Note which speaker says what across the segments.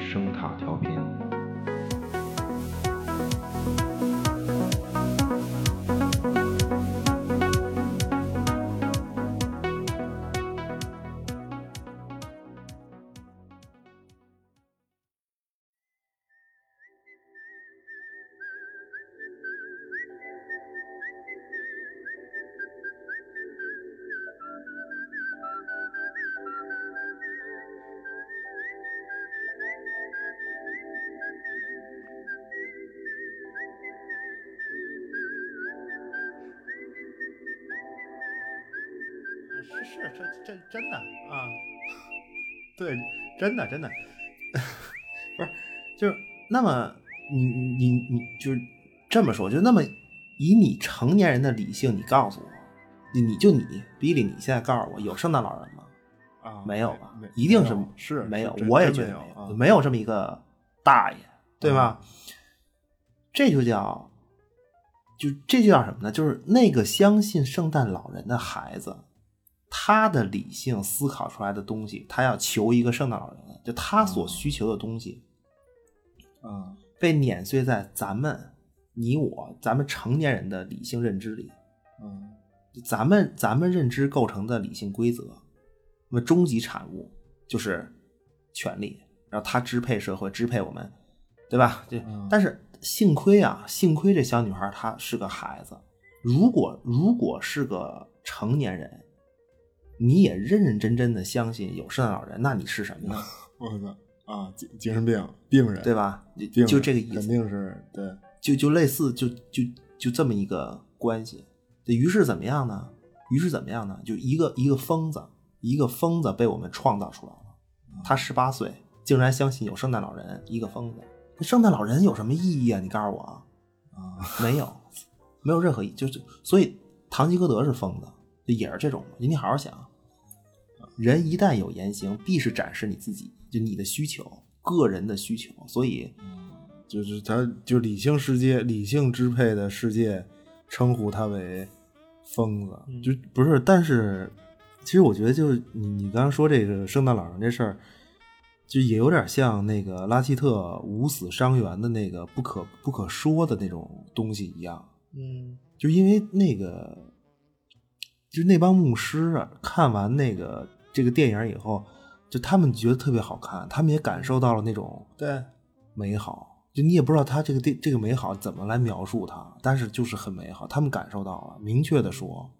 Speaker 1: 声塔调频。
Speaker 2: 是是，这这真的啊，对，真的真 的，不是，就是那么你你你就是这么说，就那么以你成年人的理性，你告诉我，你你就你比利，你现在告诉我有圣诞老人吗？
Speaker 3: 啊，
Speaker 2: 没有吧
Speaker 3: 没？
Speaker 2: 一定
Speaker 3: 没
Speaker 2: 是
Speaker 3: 有是
Speaker 2: 没有
Speaker 3: 是，真
Speaker 2: 我也
Speaker 3: 真
Speaker 2: 觉得
Speaker 3: 没有啊
Speaker 2: 没有这么一个大爷，对吧？这就叫，就这就叫什么呢？就是那个相信圣诞老人的孩子，他的理性思考出来的东西，他要求一个圣诞老人，就他
Speaker 3: 哦
Speaker 2: 所需求的东西，
Speaker 3: 啊，
Speaker 2: 被碾碎在咱们、你我、咱们成年人的理性认知里。
Speaker 3: 嗯
Speaker 2: 咱们咱们认知构成的理性规则，那么终极产物就是权力，然后它支配社会，支配我们，对吧？对。
Speaker 3: 嗯
Speaker 2: 但是幸亏啊，幸亏这小女孩她是个孩子，如果如果是个成年人，你也认认真真的相信有圣诞老人，那你是什么呢？
Speaker 3: 我操啊，精精神病病人
Speaker 2: 对？吧？
Speaker 3: 病
Speaker 2: 就就
Speaker 3: 人
Speaker 2: 这个意
Speaker 3: 肯
Speaker 2: 思，
Speaker 3: 定是对，
Speaker 2: 就就类似就就就这么一个关系。对于是怎么样呢？于是怎么样呢？就一个一个疯子，一个疯子被我们创造出来了。他十八岁，竟然相信有圣诞老人，一个疯子。那圣诞老人有什么意义啊？你告诉我啊，
Speaker 3: 啊，
Speaker 2: 没有，没有任何意义。就是所以，堂吉诃德是疯子，就也是这种。你好好想，人一旦有言行，必是展示你自己，就你的需求，个人的需求。所以，
Speaker 3: 就是他就理性世界理性支配的世界，称呼他为疯子，
Speaker 2: 嗯
Speaker 3: 就不是。但是其实我觉得就，是你你刚刚说这个圣诞老人这事儿。就也有点像那个拉希特无死伤员的那个不可不可说的那种东西一样，
Speaker 2: 嗯，
Speaker 3: 就因为那个，就那帮牧师啊，看完那个这个电影以后，就他们觉得特别好看，他们也感受到了那种
Speaker 2: 对，
Speaker 3: 美好。就你也不知道他这个电这个美好怎么来描述它，但是就是很美好，他们感受到了，明确的说，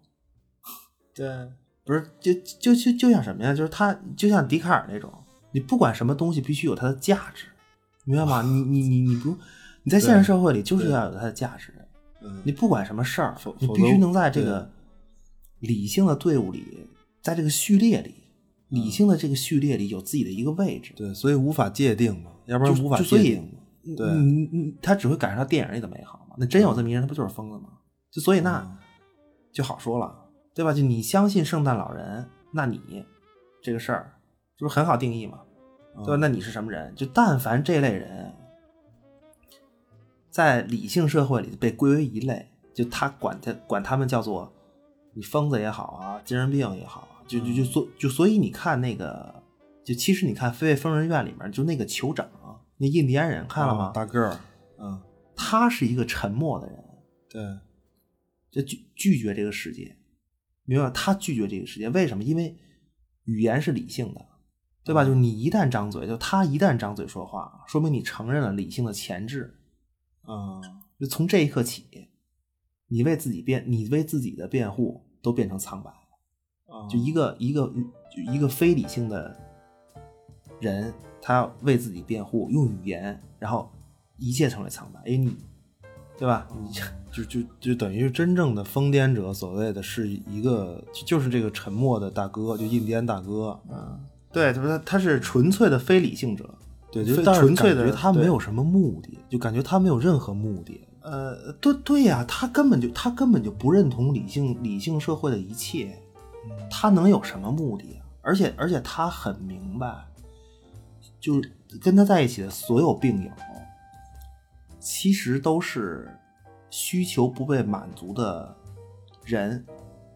Speaker 2: 对，不是，就就就就像什么呀？就是他就像笛卡尔那种，你不管什么东西必须有它的价值，明白吗？你你你你不，你在现实社会里就是要有它的价值。
Speaker 3: 嗯
Speaker 2: 你不管什么事儿
Speaker 3: 否，
Speaker 2: 你
Speaker 3: 否
Speaker 2: 必须
Speaker 3: 则
Speaker 2: 能在这个理性的队伍里，在这个序列里，理性的这个序列里有自己的一个位置。
Speaker 3: 嗯对，所以无法界定嘛，要不
Speaker 2: 就
Speaker 3: 然无法
Speaker 2: 就
Speaker 3: 界
Speaker 2: 所以
Speaker 3: 定嘛。，对
Speaker 2: 你你你他只会感受到电影里的美好嘛？那真有这么一人，他不就是疯了吗？就所以那、
Speaker 3: 嗯啊
Speaker 2: 就好说了，对吧？就你相信圣诞老人，那你这个事儿这不是很好定义吗？
Speaker 3: 啊
Speaker 2: 对吧？
Speaker 3: 嗯
Speaker 2: 那你是什么人？就但凡这类人，在理性社会里被归为一类，就他管他管他们叫做你疯子也好啊，精神病也好啊，就就就所就所以你看那个，就其实你看《飞越疯人院》里面就那个酋长，那印第安人看了吗？
Speaker 3: 啊大个儿，嗯，
Speaker 2: 他是一个沉默的人，
Speaker 3: 对，
Speaker 2: 就拒拒绝这个世界，明白吗？他拒绝这个世界，为什么？因为语言是理性的，对吧？就是你一旦张嘴，就他一旦张嘴说话，说明你承认了理性的前置。
Speaker 3: 嗯，
Speaker 2: 就从这一刻起，你为自己辩，你为自己的辩护都变成苍白。
Speaker 3: 啊
Speaker 2: 就一个一个就一个非理性的人，他为自己辩护，用语言，然后一切成为苍白，因为你，对吧？你
Speaker 3: 就就就等于是真正的疯癫者，所谓的是一个就就是这个沉默的大哥，就印第安大哥，嗯，
Speaker 2: 对，就是他他是纯粹的非理性者，
Speaker 3: 对，
Speaker 2: 非
Speaker 3: 就但是
Speaker 2: 纯粹的
Speaker 3: 感觉他
Speaker 2: 对
Speaker 3: 没有什么目的，就感觉他没有任何目的，
Speaker 2: 呃，对对呀、他根本就他根本就不认同理性理性社会的一切，
Speaker 3: 嗯
Speaker 2: 他能有什么目的啊？而且而且他很明白，就是跟他在一起的所有病友，其实都是需求不被满足的人，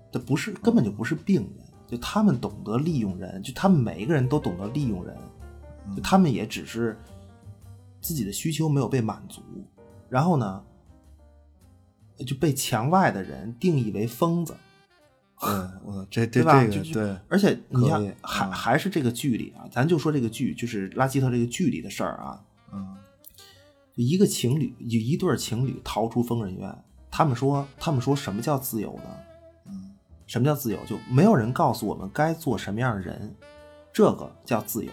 Speaker 2: 这不是根本就不是病人，就他们懂得利用人，就他们每一个人都懂得利用人，就他们也只是自己的需求没有被满足，然后呢，就被墙外的人定义为疯子。
Speaker 3: 嗯，我这这
Speaker 2: 对吧
Speaker 3: 这
Speaker 2: 就
Speaker 3: 个
Speaker 2: 就
Speaker 3: 对，
Speaker 2: 而且你
Speaker 3: 可以
Speaker 2: 看
Speaker 3: 嗯，
Speaker 2: 还还是这个剧里啊，咱就说这个剧，就是拉基特这个剧里的事儿啊。
Speaker 3: 嗯
Speaker 2: 就一个情侣，有一对儿情侣逃出疯人院，他们说，他们说什么叫自由呢？
Speaker 3: 嗯
Speaker 2: 什么叫自由？就没有人告诉我们该做什么样的人，这个叫自由。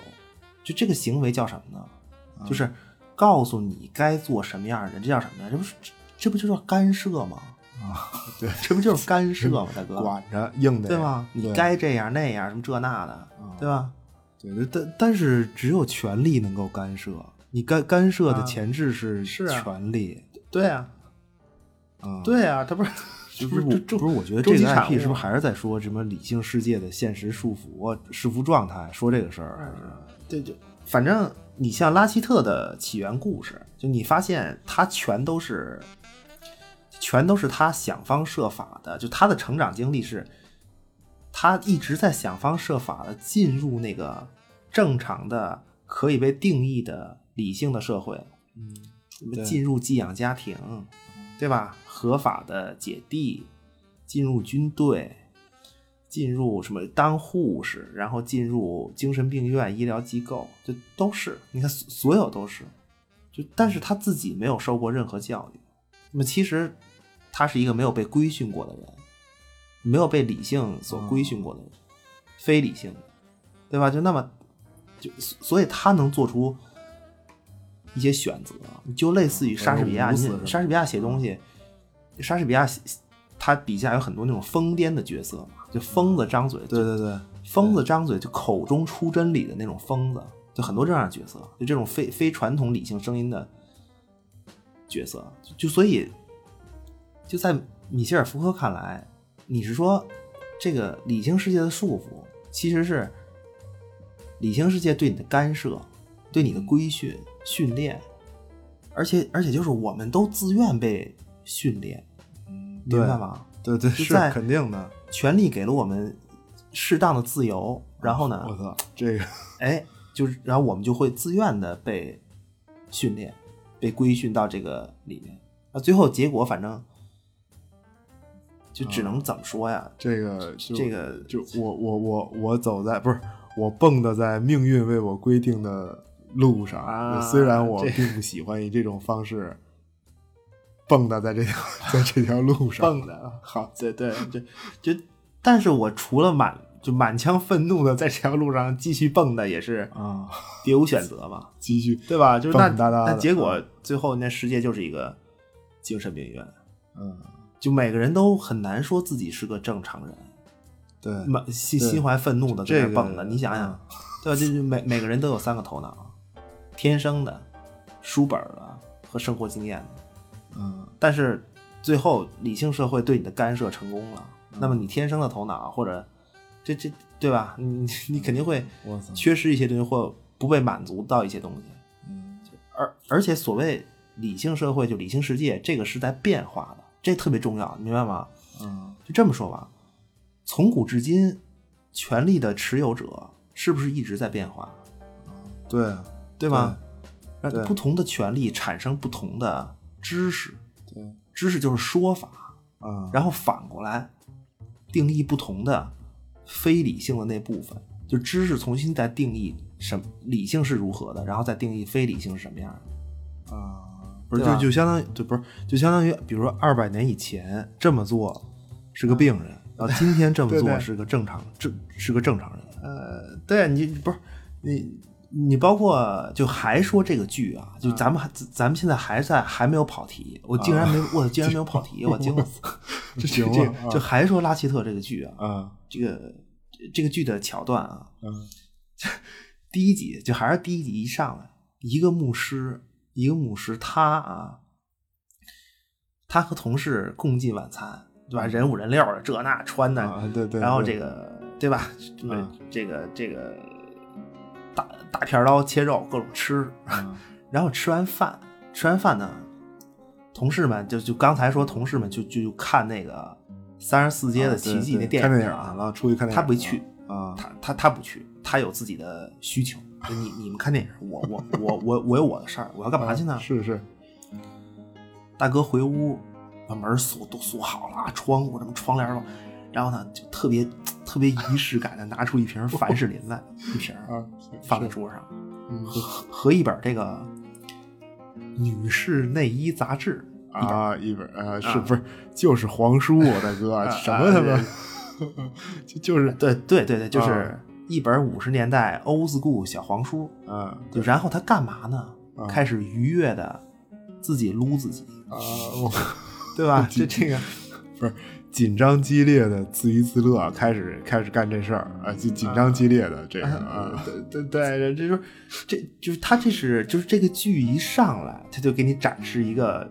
Speaker 2: 就这个行为叫什么呢？就是告诉你该做什么样的人，这叫什么呀？这不是这这不就叫干涉吗？
Speaker 3: 啊， 对，
Speaker 2: 这不就是干涉吗，大 哥？
Speaker 3: 管着硬的，
Speaker 2: 对吗？你
Speaker 3: 对啊
Speaker 2: 该这样那样，什么这那的，对吧？
Speaker 3: 对，但但是只有权力能够干涉，你干干涉的
Speaker 2: 啊
Speaker 3: 前置是
Speaker 2: 是啊
Speaker 3: 权力
Speaker 2: 对啊，
Speaker 3: 啊，
Speaker 2: 对啊，他不是
Speaker 3: 就
Speaker 2: 不
Speaker 3: 是
Speaker 2: 是
Speaker 3: 我
Speaker 2: 这这
Speaker 3: 不是，我觉得
Speaker 2: 终
Speaker 3: 这
Speaker 2: 极
Speaker 3: 个
Speaker 2: 产
Speaker 3: IP
Speaker 2: 物啊
Speaker 3: 是不是还是在说什么理性世界的现实束缚、束缚状态？说这个事儿还啊是
Speaker 2: 嗯对就反正你像拉希特的起源故事，就你发现他全都是，全都是他想方设法的，就他的成长经历是，他一直在想方设法的进入那个正常的可以被定义的理性的社会，
Speaker 3: 对
Speaker 2: 嗯，进入寄养家庭，对吧？合法的姐弟，进入军队，进入什么当护士，然后进入精神病院、医疗机构，这都是你看，所所有都是，就但是他自己没有受过任何教育，那么其实他是一个没有被规训过的人，没有被理性所
Speaker 3: 嗯
Speaker 2: 规训过的人，非理性的，对吧？就那么就所所以他能做出一些选择，就类似于莎士比亚，
Speaker 3: 嗯无私
Speaker 2: 你
Speaker 3: 是吧嗯
Speaker 2: 莎士比亚写东西，莎士比亚写他笔下有很多那种疯癫的角色嘛，就疯子张嘴，
Speaker 3: 对对对，
Speaker 2: 疯子张嘴就口中出真理的那种疯子，就很多这样的角色，就这种非非传统理性声音的角色，就就所以就在米歇尔·福柯看来，你是说这个理性世界的束缚其实是理性世界对你的干涉、对你的
Speaker 3: 嗯
Speaker 2: 规训、训练，而且而且就是我们都自愿被训练，明白吗？
Speaker 3: 对对
Speaker 2: 就是在啊
Speaker 3: 肯定的。
Speaker 2: 权力给了我们适当的自由，然后呢
Speaker 3: 我，操，这个
Speaker 2: 哎，就是然后我们就会自愿的被训练，被规训到这个里面。那最后结果反正就只能怎么说呀？
Speaker 3: 这个嗯就
Speaker 2: 这个
Speaker 3: 就我我我我走在不是我蹦跶在命运为我规定的路上，
Speaker 2: 啊
Speaker 3: 虽然我
Speaker 2: 这
Speaker 3: 并不喜欢以这种方式蹦跶在这条在这条路上，
Speaker 2: 蹦的好，对对对，就但是我除了满就满腔愤怒的在这条路 上继续蹦的，也是
Speaker 3: 啊，
Speaker 2: 别无选择嘛，
Speaker 3: 继续
Speaker 2: 对吧？就是那
Speaker 3: 蹦哒哒
Speaker 2: 那
Speaker 3: 的
Speaker 2: 结果最后那世界就是一个精神病院。
Speaker 3: 嗯，
Speaker 2: 就每个人都很难说自己是个正常人，
Speaker 3: 对，
Speaker 2: 满心
Speaker 3: 对
Speaker 2: 心怀愤怒的在那儿
Speaker 3: 这个嗯
Speaker 2: 蹦的，你想想，对吧？就是每每个人都有三个头脑，啊天生的、书本儿的和生活经验的。
Speaker 3: 嗯
Speaker 2: 但是最后理性社会对你的干涉成功了，
Speaker 3: 嗯
Speaker 2: 那么你天生的头脑啊或者这这对吧？你 你肯定会
Speaker 3: 我操
Speaker 2: 缺失一些东西，或不被满足到一些东西。
Speaker 3: 嗯
Speaker 2: 而而且所谓理性社会，就理性世界，这个是在变化的，这特别重要，你明白吗？
Speaker 3: 嗯
Speaker 2: 就这么说吧，从古至今，权力的持有者是不是一直在变化，
Speaker 3: 对
Speaker 2: 对吧？让
Speaker 3: 对
Speaker 2: 不同的权力产生不同的知识，
Speaker 3: 对
Speaker 2: 知识就是说法，
Speaker 3: 啊，
Speaker 2: 然后反过来定义不同的非理性的那部分，就知识重新再定义什么理性是如何的，然后再定义非理性是什么样的。
Speaker 3: 啊，不是
Speaker 2: 对
Speaker 3: 就
Speaker 2: 吧
Speaker 3: 就相当于对，不是就相当于，比如说二百年以前这么做是个病人，然后今天这么
Speaker 2: 嗯对
Speaker 3: 做
Speaker 2: 对
Speaker 3: 是个正常，这是个正常人。
Speaker 2: 呃，对你不是你，你包括就还说这个剧啊，
Speaker 3: 嗯
Speaker 2: 就咱们还、咱们现在还在还没有跑题，我竟然没、
Speaker 3: 啊
Speaker 2: 我竟然没有跑 题，我惊了，这
Speaker 3: 行
Speaker 2: 这
Speaker 3: 了
Speaker 2: 这
Speaker 3: 啊
Speaker 2: 就还说拉希特这个剧啊，
Speaker 3: 啊，
Speaker 2: 这个这个剧的桥段啊，
Speaker 3: 嗯
Speaker 2: 第一集就还是第一集一上来，一个牧师，一个牧师他啊，他和同事共进晚餐，对吧？人五人六的，这那穿的，
Speaker 3: 啊，对对，
Speaker 2: 然后
Speaker 3: 对
Speaker 2: 这个对吧？这么
Speaker 3: 嗯
Speaker 2: 这个这个大大片刀切肉，各种吃。
Speaker 3: 嗯
Speaker 2: 然后吃完饭，吃完饭呢，同事们就就刚才说同事们就就就看那个三十四街的
Speaker 3: 啊对
Speaker 2: 奇迹
Speaker 3: 对
Speaker 2: 那电
Speaker 3: 看啊
Speaker 2: 影
Speaker 3: 电影了，出去看电影，
Speaker 2: 他不去，
Speaker 3: 啊，
Speaker 2: 他他他不去，他有自己的需求。就你你们看电影，我我 我我我有我的事儿，我要干嘛去呢？
Speaker 3: 啊是是，
Speaker 2: 大哥回屋，把门锁都锁好了，窗户什么窗帘儿都，然后呢就特别特别仪式感的拿出一瓶凡士林来，一 瓶儿
Speaker 3: 啊，
Speaker 2: 放在桌上，
Speaker 3: 嗯
Speaker 2: 和和和一本这个《女士内衣杂志》
Speaker 3: 啊，一本啊，是
Speaker 2: 啊
Speaker 3: 不是就是皇叔，我大哥，什么他妈， 就就是
Speaker 2: 对对对对，就是
Speaker 3: 啊
Speaker 2: 一本五十年代 old school 小黄书。
Speaker 3: 啊
Speaker 2: 就然后他干嘛呢？
Speaker 3: 啊
Speaker 2: 开始愉悦的自己撸自己，
Speaker 3: 啊，我
Speaker 2: 对吧？就这 个，
Speaker 3: 不是紧张激烈的自娱自乐，啊开始开始干这事儿啊，就紧张激烈的这个啊，
Speaker 2: 对对 对，这就是这就是他这是就是这个剧一上来，他就给你展示一个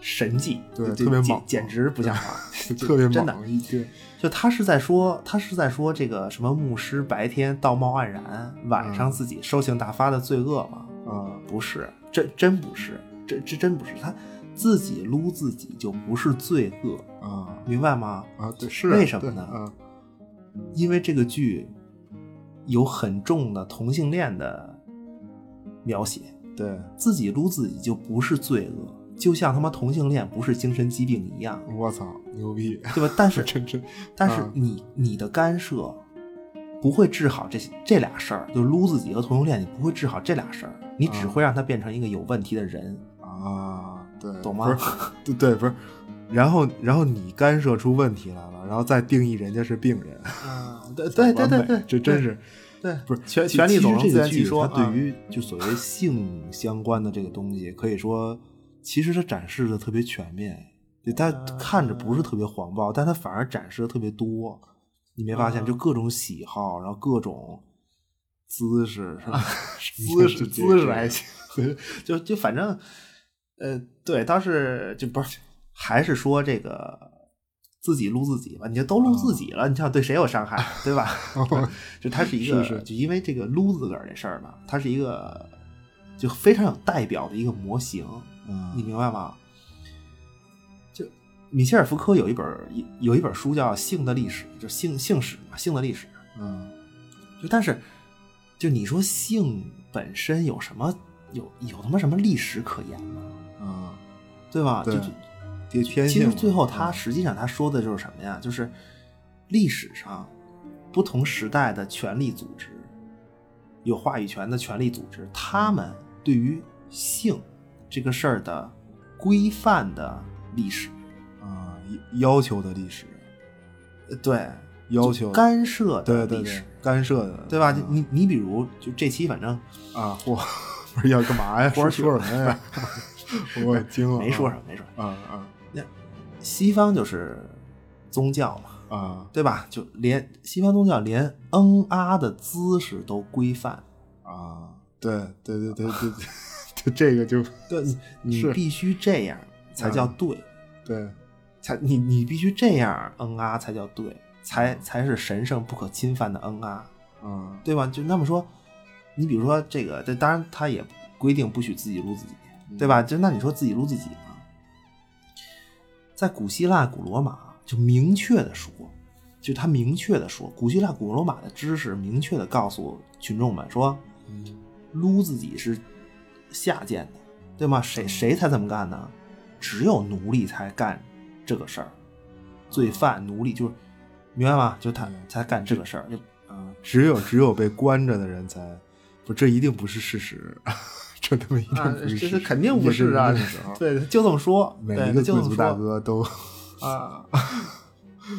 Speaker 2: 神迹，
Speaker 3: 对
Speaker 2: 就就
Speaker 3: 特别
Speaker 2: 简
Speaker 3: 猛，
Speaker 2: 简直不像话
Speaker 3: 特别
Speaker 2: 真的。
Speaker 3: 猛，一对，
Speaker 2: 就他是在说，他是在说这个什么牧师白天道貌岸然，晚上自己兽性大发的罪恶吗？
Speaker 3: 啊
Speaker 2: 不是，真真不是，这这真不是，他自己撸自己就不是罪恶，
Speaker 3: 啊
Speaker 2: 明白吗？
Speaker 3: 啊，对，是
Speaker 2: 为什么
Speaker 3: 对
Speaker 2: 呢
Speaker 3: 啊
Speaker 2: 因为这个剧有很重的同性恋的描写，
Speaker 3: 对，
Speaker 2: 自己撸自己就不是罪恶，就像他妈同性恋不是精神疾病一样，
Speaker 3: 我操，牛逼，
Speaker 2: 对吧？但是
Speaker 3: 真真
Speaker 2: 但是你你的干涉不会治好这些这俩事儿，就撸自己和同性恋，你不会治好这俩事儿，你只会让他变成一个有问题的人，
Speaker 3: 啊，对，
Speaker 2: 懂
Speaker 3: 不
Speaker 2: 吗
Speaker 3: 是？对对，不是。然后，然后你干涉出问题来了，然后再定义人家是病人，
Speaker 2: 啊，对对对对
Speaker 3: 完
Speaker 2: 对
Speaker 3: 美，这真是
Speaker 2: 对，
Speaker 3: 不是
Speaker 2: 权
Speaker 3: 其
Speaker 2: 权力
Speaker 3: 其
Speaker 2: 总
Speaker 3: 实
Speaker 2: 能
Speaker 3: 这
Speaker 2: 自
Speaker 3: 个
Speaker 2: 圆其
Speaker 3: 剧
Speaker 2: 说
Speaker 3: 它对
Speaker 2: 啊
Speaker 3: 于就所谓性相关的这个东西，可以说其实它展示的特别全面，就它
Speaker 2: 嗯
Speaker 3: 看着不是特别黄暴，但它反而展示的特别多。你没发现？
Speaker 2: 啊
Speaker 3: 就各种喜好，然后各种姿势，是 吧？
Speaker 2: 啊姿势
Speaker 3: 这
Speaker 2: 姿势
Speaker 3: 这
Speaker 2: 还行， 就就反正，呃，对，倒是就不是，还是说这个自己撸自己吧，你就都撸自己了，你想对谁有伤害， 对吧？就它是一个，
Speaker 3: 是是
Speaker 2: 就因为这个撸自个儿这事儿嘛，它是一个就非常有代表的一个模型，你
Speaker 3: 嗯
Speaker 2: 明白吗？就米切尔福柯有一本有一本书叫《性的历史》，就性性史嘛，性的历史。
Speaker 3: 嗯
Speaker 2: 就但是，就你说性本身有什么有有他妈什么历史可言吗？
Speaker 3: 嗯，
Speaker 2: 对吧？
Speaker 3: 对
Speaker 2: 就就
Speaker 3: 这天
Speaker 2: 其
Speaker 3: 性
Speaker 2: 实
Speaker 3: 嘛。嗯
Speaker 2: 最后他实际上他说的就是什么呀？就是历史上不同时代的权力组织，有话语权的权力组织，他们对于性这个事儿的规范的历史，
Speaker 3: 啊，要要求的历史，
Speaker 2: 呃对
Speaker 3: 要求
Speaker 2: 就干涉
Speaker 3: 对
Speaker 2: 的
Speaker 3: 对
Speaker 2: 历
Speaker 3: 对
Speaker 2: 史，，
Speaker 3: 干涉的，
Speaker 2: 对吧？就
Speaker 3: 嗯
Speaker 2: 你你比如就这期反正。
Speaker 3: 啊，嚯，不是要干 嘛呀？
Speaker 2: 豁
Speaker 3: 说
Speaker 2: 出去
Speaker 3: 说什么呀？我惊 了，
Speaker 2: 没说什
Speaker 3: 么
Speaker 2: 么，没说什么。
Speaker 3: 啊
Speaker 2: 西方就是宗教嘛，
Speaker 3: 啊啊
Speaker 2: 对吧？就连西方宗教连嗯啊的姿势都规范，
Speaker 3: 啊！对对对对对 对，就这个就
Speaker 2: 对，你你
Speaker 3: 是
Speaker 2: 必须这样才叫对，
Speaker 3: 对
Speaker 2: 才你你必须这样嗯啊才叫对，才才是神圣不可侵犯的嗯啊，
Speaker 3: 啊
Speaker 2: 对吧？就那么说，你比如说这个，这当然他也规定不许自己撸自己，对吧？就那你说自己撸自己嘛，在古希腊、古罗马就明确的说，就他明确的说，古希腊、古罗马的知识明确的告诉群众们说，
Speaker 3: 嗯
Speaker 2: 撸自己是下贱的，对吗？谁谁才这么干呢？只有奴隶才干这个事儿，罪犯、奴隶就是，明白吗？就他
Speaker 3: 嗯
Speaker 2: 才干这个事儿，就
Speaker 3: 啊！只有只有被关着的人才不，这一定不是事实， 这他妈一定
Speaker 2: 啊，
Speaker 3: 不
Speaker 2: 这
Speaker 3: 是事
Speaker 2: 这
Speaker 3: 实，
Speaker 2: 肯定不是啊
Speaker 3: 也是一定的！
Speaker 2: 对，就这么说，
Speaker 3: 每
Speaker 2: 对，
Speaker 3: 一个
Speaker 2: 就
Speaker 3: 贵
Speaker 2: 这
Speaker 3: 族
Speaker 2: 么
Speaker 3: 大
Speaker 2: 说
Speaker 3: 哥都
Speaker 2: 啊，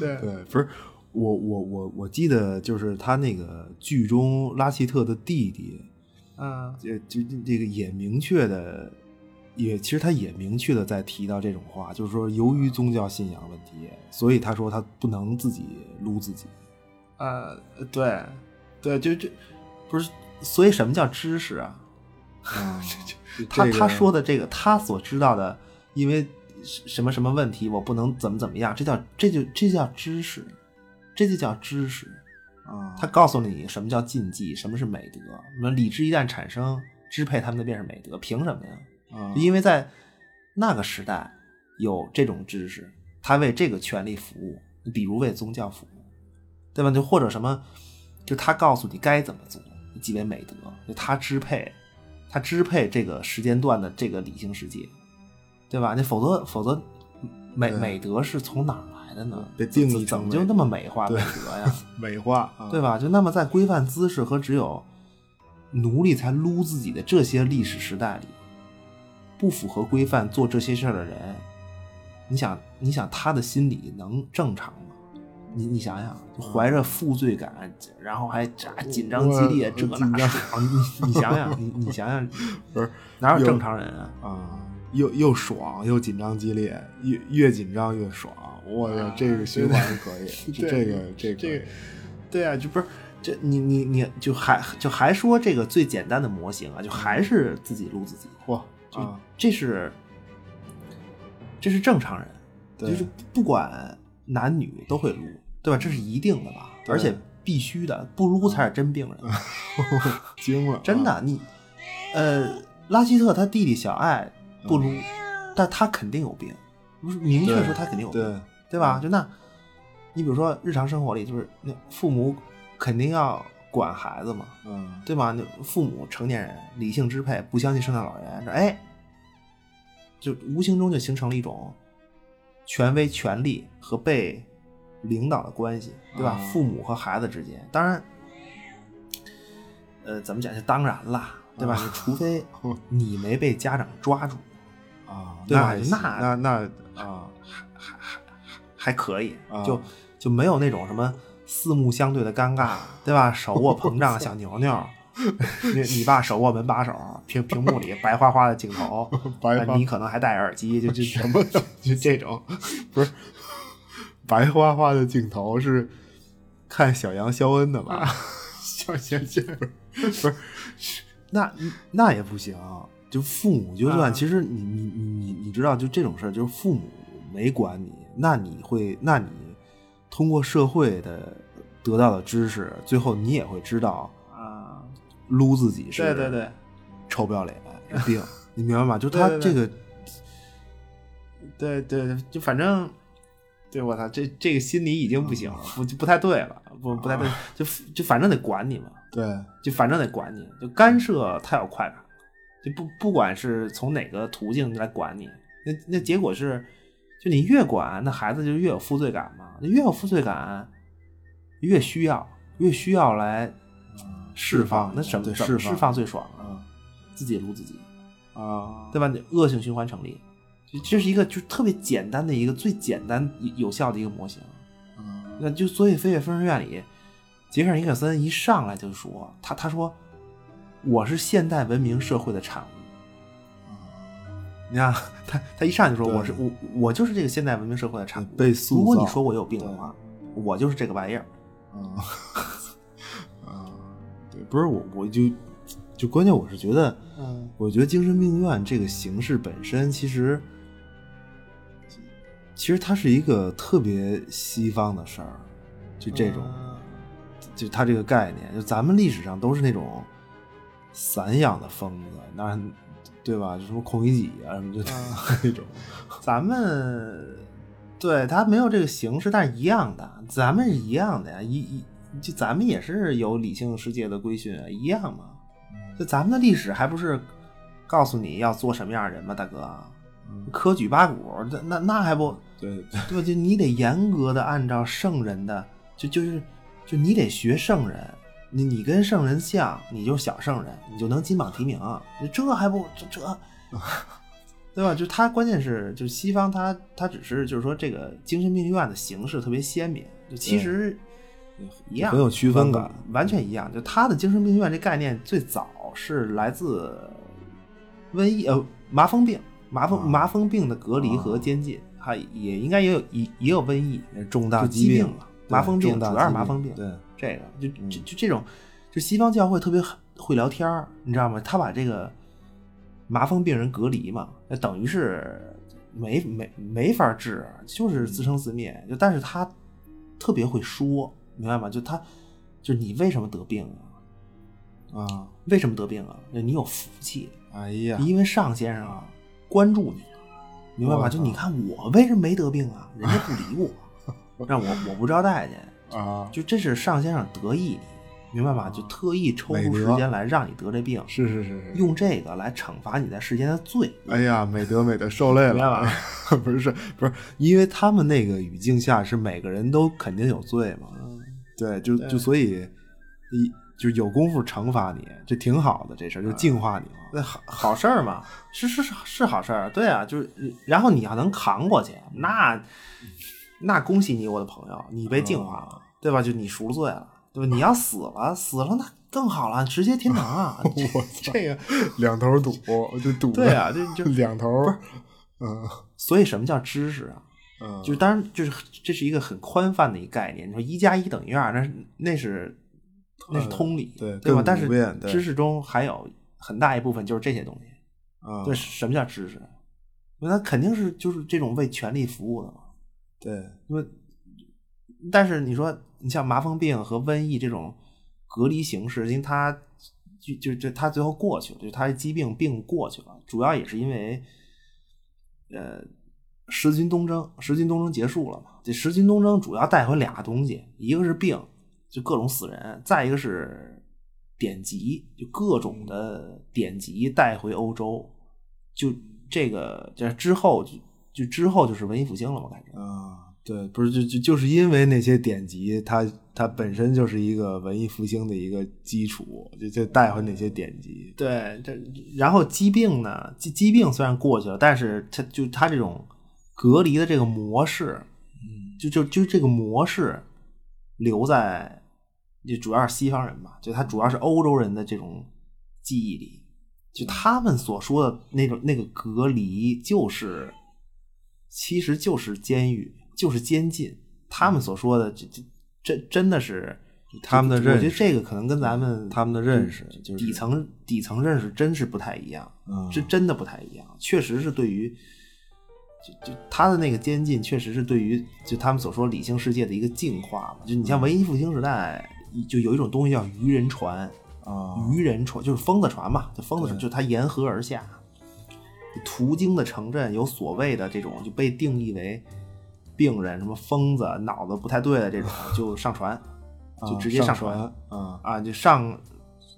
Speaker 2: 对
Speaker 3: 对， 不是我我我我记得就是他那个剧中拉希特的弟弟，
Speaker 2: 啊，
Speaker 3: 呃，就这这个也明确的，也其实他也明确的在提到这种话，就是说由于宗教信仰问题，所以他说他不能自己撸自己。
Speaker 2: 呃，对，对，就就不是，所以什么叫知识啊？
Speaker 3: 啊，
Speaker 2: 他
Speaker 3: 这个
Speaker 2: 他说的这个，他所知道的，因为什什么什么问题，我不能怎么怎么样，这叫这就这叫知识，这就叫知识。
Speaker 3: 啊，
Speaker 2: 他告诉你什么叫禁忌，什么是美德，那理智一旦产生，支配他们的便是美德，凭什么呀？
Speaker 3: 啊
Speaker 2: 因为在那个时代有这种知识，他为这个权利服务，比如为宗教服务，对吧？就或者什么，就他告诉你该怎么做，即为美德，就他支配，他支配这个时间段的这个理性世界，对吧？那否则否则美
Speaker 3: 对
Speaker 2: 美德是从哪儿来的呢？
Speaker 3: 被定义
Speaker 2: 怎
Speaker 3: 成
Speaker 2: 么就
Speaker 3: 美
Speaker 2: 那么美化美
Speaker 3: 对
Speaker 2: 德呀？
Speaker 3: 美化啊，
Speaker 2: 对吧？就那么在规范姿势和只有奴隶才撸自己的这些历史时代里，不符合规范做这些事儿的人，你想，你想他的心理能正常吗？你你想想，就怀着负罪感，然后还这紧张激烈，
Speaker 3: 我
Speaker 2: 这
Speaker 3: 紧
Speaker 2: 那
Speaker 3: 张
Speaker 2: 爽，你你想想，你你想想，
Speaker 3: 不是
Speaker 2: 哪有
Speaker 3: 有
Speaker 2: 正常人啊？
Speaker 3: 啊，又又爽又紧张激烈，越越紧张越爽，我
Speaker 2: 啊
Speaker 3: 操，这个循环可 以，
Speaker 2: 对
Speaker 3: 这这个这
Speaker 2: 这
Speaker 3: 个
Speaker 2: 个，对啊，就不是这你你你就还就还说这个最简单的模型啊，就还是自己撸自己，
Speaker 3: 嚯
Speaker 2: 就
Speaker 3: 啊，
Speaker 2: 这是这是正常人，就
Speaker 3: 对
Speaker 2: 是不管男女都会撸，对吧？这是一定的吧，
Speaker 3: 对嗯
Speaker 2: 而且必须的，不撸才是真病人，
Speaker 3: 惊了，啊
Speaker 2: 真的。你呃，拉希特他弟弟小爱不撸，但他肯定有病，不是明确
Speaker 3: 嗯对
Speaker 2: 说他肯定有
Speaker 3: 对嗯
Speaker 2: 病，对吧？就那，你比如说日常生活里，就是那父母肯定要管孩子嘛，
Speaker 3: 嗯，
Speaker 2: 对吧？那父母成年人理性支配，不相信圣诞老人，说哎，就无形中就形成了一种权威、权力和被领导的关系，对吧？
Speaker 3: 嗯
Speaker 2: 父母和孩子之间，当然，呃，怎么讲？就当然啦，对吧？除非你没被家长抓住，
Speaker 3: 啊，
Speaker 2: 对吧
Speaker 3: 那还行
Speaker 2: 那
Speaker 3: 那那啊，
Speaker 2: 还还还可以，
Speaker 3: 啊
Speaker 2: 就就没有那种什么四目相对的尴 尬，对吧？手握膨胀的小牛牛，你你爸手握门把手，屏屏幕里白花花的镜头，
Speaker 3: 白花
Speaker 2: 你可能还戴着耳机，就就
Speaker 3: 什么叫
Speaker 2: 就这种，
Speaker 3: 不是白花花的镜头是看小羊肖恩的吧？小羊肖恩不是
Speaker 2: 那
Speaker 3: 那也不行，就父母就
Speaker 2: 啊
Speaker 3: 算、其实 你你你你你知道，就这种事儿，就是父母没管你，那你会那你通过社会的得到的知识，最后你也会知道
Speaker 2: 啊，
Speaker 3: 撸自己是
Speaker 2: 对对对，
Speaker 3: 臭不要脸是 病，你明白吗？就他
Speaker 2: 对对对
Speaker 3: 这个
Speaker 2: 对对，对就反正，对我操，这这个心理已经不行了，不不太对了，不不太对，就就反正得管你嘛，
Speaker 3: 对
Speaker 2: 就反正得管你，就干涉太有快感了，就不不管是从哪个途径来管你，那那结果是，就你越管，那孩子就越有负罪感嘛，那越有负罪感，越需要越需要来释放，那什么
Speaker 3: 对
Speaker 2: 怎么
Speaker 3: 释
Speaker 2: 释
Speaker 3: 放
Speaker 2: 放最爽啊？
Speaker 3: 啊
Speaker 2: 自己撸自己，
Speaker 3: 啊，
Speaker 2: 对吧？你恶性循环成立，就这是一个就是特别简单的一个最简单有有效的一个模型。
Speaker 3: 啊
Speaker 2: 那就所以《飞越疯人院》里，杰克尔尼克森一上来就说他他说我是现代文明社会的产物。你看他他一上来就说
Speaker 3: 啊对
Speaker 2: 我是我我就是这个现代文明社会的产物。
Speaker 3: 被塑造
Speaker 2: 如果你说我有病的话，我就是这个玩意儿。
Speaker 3: 啊，啊，对，不是我，我就就关键我是觉得，
Speaker 2: 嗯
Speaker 3: 我觉得精神病院这个形式本身其实，其实它是一个特别西方的事儿，就这
Speaker 2: 啊
Speaker 3: 种，就它这个概念，就咱们历史上都是那种散养的疯子，那对吧？就什么孔乙己啊什 么就、那种，
Speaker 2: 咱们对他没有这个形式，但是一样的，咱们是一样的呀，一一就咱们也是有理性世界的规训啊，一样嘛。就咱们的历史还不是告诉你要做什么样的人吗，大哥？科举八股，那那那还不
Speaker 3: 对
Speaker 2: 对吧？就你得严格的按照圣人的，就就是就你得学圣人，你你跟圣人像，你就是小圣人，你就能金榜题名。这还不这这， 对吧？就他关键是就是西方他他只是就是说这个精神病院的形式特别鲜明，就其实一样
Speaker 3: 很有区分感
Speaker 2: 完完全一样。就他的精神病院这概念最早是来自瘟疫呃麻风病。麻风
Speaker 3: 啊
Speaker 2: 麻风病的隔
Speaker 3: 嗯
Speaker 2: 离和监禁，还也应该也有也也有瘟疫，
Speaker 3: 重大
Speaker 2: 就疾
Speaker 3: 病
Speaker 2: 病了麻风
Speaker 3: 对
Speaker 2: 病
Speaker 3: 重大
Speaker 2: 主要是
Speaker 3: 疾
Speaker 2: 麻风病
Speaker 3: 对，嗯
Speaker 2: 这个就就就这种，就西方教会特别会聊天儿，你知道吗？他把这个麻风病人隔离嘛，那等于是没没没法治，啊就是自生自灭。就但是他特别会说，明白吗？就他就是你为什么得病啊？
Speaker 3: 啊，
Speaker 2: 为什么得病啊？就你有福气，
Speaker 3: 哎呀，
Speaker 2: 因为尚先生啊关注你了，明白吧？
Speaker 3: 我
Speaker 2: 就
Speaker 3: 靠
Speaker 2: 你看我为什么没得病啊？人 家不理我，让我我不招待去，
Speaker 3: 啊，
Speaker 2: 就这是尚先生得意你，明白吧？就特意抽
Speaker 3: 美
Speaker 2: 出
Speaker 3: 德
Speaker 2: 时间来让你得这病，
Speaker 3: 是是是是。
Speaker 2: 用这个来惩罚你在世间的罪，
Speaker 3: 哎呀，美德美德，受累
Speaker 2: 明白
Speaker 3: 了。
Speaker 2: 吧？
Speaker 3: 不是不是，因为他们那个语境下是每个人都肯定有罪嘛，
Speaker 2: 嗯
Speaker 3: 对，就就所以一就有功夫惩罚你，这挺好的，这事儿
Speaker 2: 嗯
Speaker 3: 就净化你嘛。
Speaker 2: 那好好事儿嘛，是是是是好事儿，对啊，就是你然后你要能扛过去，那那恭喜你，我的朋友，你被净化
Speaker 3: 啊
Speaker 2: 了，对吧？就你赎罪了，对吧？你要死了，死了那更好了，直接天堂 啊！这
Speaker 3: 我操，这个两头堵，我就堵
Speaker 2: 对
Speaker 3: 了，
Speaker 2: 啊，这就
Speaker 3: 两头，嗯
Speaker 2: 所以什么叫知识啊？
Speaker 3: 嗯，
Speaker 2: 就是当然就是这是一个很宽泛的一个概念，你说一加一等于二，那是那是那是通理，
Speaker 3: 呃对
Speaker 2: 对吧
Speaker 3: 更？
Speaker 2: 但
Speaker 3: 普
Speaker 2: 是
Speaker 3: 遍对
Speaker 2: 知识中还有很大一部分就是这些东西。
Speaker 3: 啊
Speaker 2: 对，什么叫知识？因为他肯定是就是这种为权力服务的嘛。
Speaker 3: 对，
Speaker 2: 因为，但是你说你像麻风病和瘟疫这种隔离形式，因为它就就就它最后过去了，就它疾病病过去了，主要也是因为呃十军东征，十军东征结束了嘛。这十军东征主要带回俩东西，一个是病，就各种死人；再一个是典籍，就各种的典籍带回欧洲。就这个，这之后就就之后就是文艺复兴了嘛，感觉。
Speaker 3: 啊，对，不是就就就是因为那些典籍，它它本身就是一个文艺复兴的一个基础，就就带回那些典籍，
Speaker 2: 对，这然后疾病呢，疾疾病虽然过去了，但是它就它这种隔离的这个模式，就就就这个模式留在，就主要是西方人吧，就他主要是欧洲人的这种记忆里，就他们所说的那种那个隔离，就是其实就是监狱，就是监禁，他们所说的这这这真的是。
Speaker 3: 他们的
Speaker 2: 我
Speaker 3: 认
Speaker 2: 觉得
Speaker 3: 识，
Speaker 2: 这个可能跟咱嗯们
Speaker 3: 他们的认识就是
Speaker 2: 底层底层认识真是不太一样，
Speaker 3: 嗯
Speaker 2: 这真的不太一样。确实是对于，就就他的那个监禁，确实是对于就他们所说理性世界的一个净化嘛。就你像
Speaker 3: 嗯
Speaker 2: 文艺复兴时代，就有一种东西叫渔人船，
Speaker 3: 啊，
Speaker 2: 渔人船就是疯子船嘛，就疯子船，
Speaker 3: 对
Speaker 2: 就它沿河而下，途经的城镇有所谓的这种就被定义为病人，什么疯子、脑子不太对的这种， 就上船，就直接
Speaker 3: 嗯上
Speaker 2: 船。
Speaker 3: 啊，
Speaker 2: 啊，就上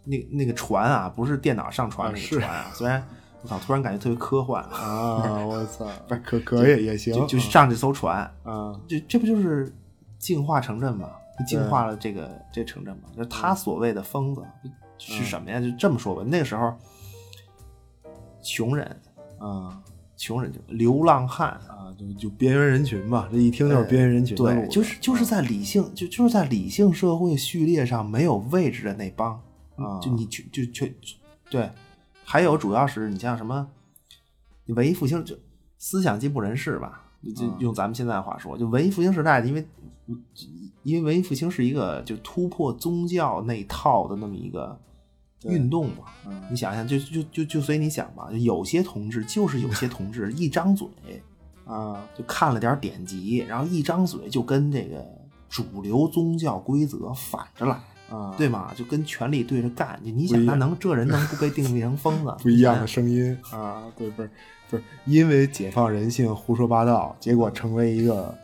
Speaker 2: 那那个船啊，不是电脑上船
Speaker 3: 啊
Speaker 2: 那
Speaker 3: 是
Speaker 2: 个船啊，虽然我操，突然感觉特别科幻啊，
Speaker 3: 啊，我 操，可可以也行，
Speaker 2: 就就上这艘船，
Speaker 3: 啊，
Speaker 2: 这这不就是净化城镇吗？净化了这个这城镇嘛，就是
Speaker 3: 嗯
Speaker 2: 他所谓的疯子是什么呀？就这么说吧，那个时候穷人，
Speaker 3: 啊
Speaker 2: 穷人就流浪汉，
Speaker 3: 啊，就就边缘人群吧，这一听就是边缘人群的嗯路
Speaker 2: 哎对，
Speaker 3: 子，
Speaker 2: 就是就是在理性就就是在理性社会序列上没有位置的那帮，
Speaker 3: 啊
Speaker 2: 就你去就去对，还有主要是你像什么，你文艺复兴就思想进步人士吧，就
Speaker 3: 啊
Speaker 2: 用咱们现在话说，就文艺复兴时代，因为因为文艺复兴是一个就突破宗教那一套的那么一个
Speaker 3: 对
Speaker 2: 运动嘛，
Speaker 3: 嗯
Speaker 2: 你想想，就就就就随你想吧，有些同志就是有些同 志一张嘴。
Speaker 3: 啊
Speaker 2: 就看了点典籍，然后一张嘴就跟这个主流宗教规则反着来，
Speaker 3: 啊，
Speaker 2: 对吗？就跟权力对着干。你你
Speaker 3: 不
Speaker 2: 想
Speaker 3: 一
Speaker 2: 他
Speaker 3: 样
Speaker 2: 能这人能不被定义成疯子？
Speaker 3: 不 一样的声音啊，对，不是不是，因为解放人性、胡说八道，结
Speaker 2: 嗯
Speaker 3: 果成为一个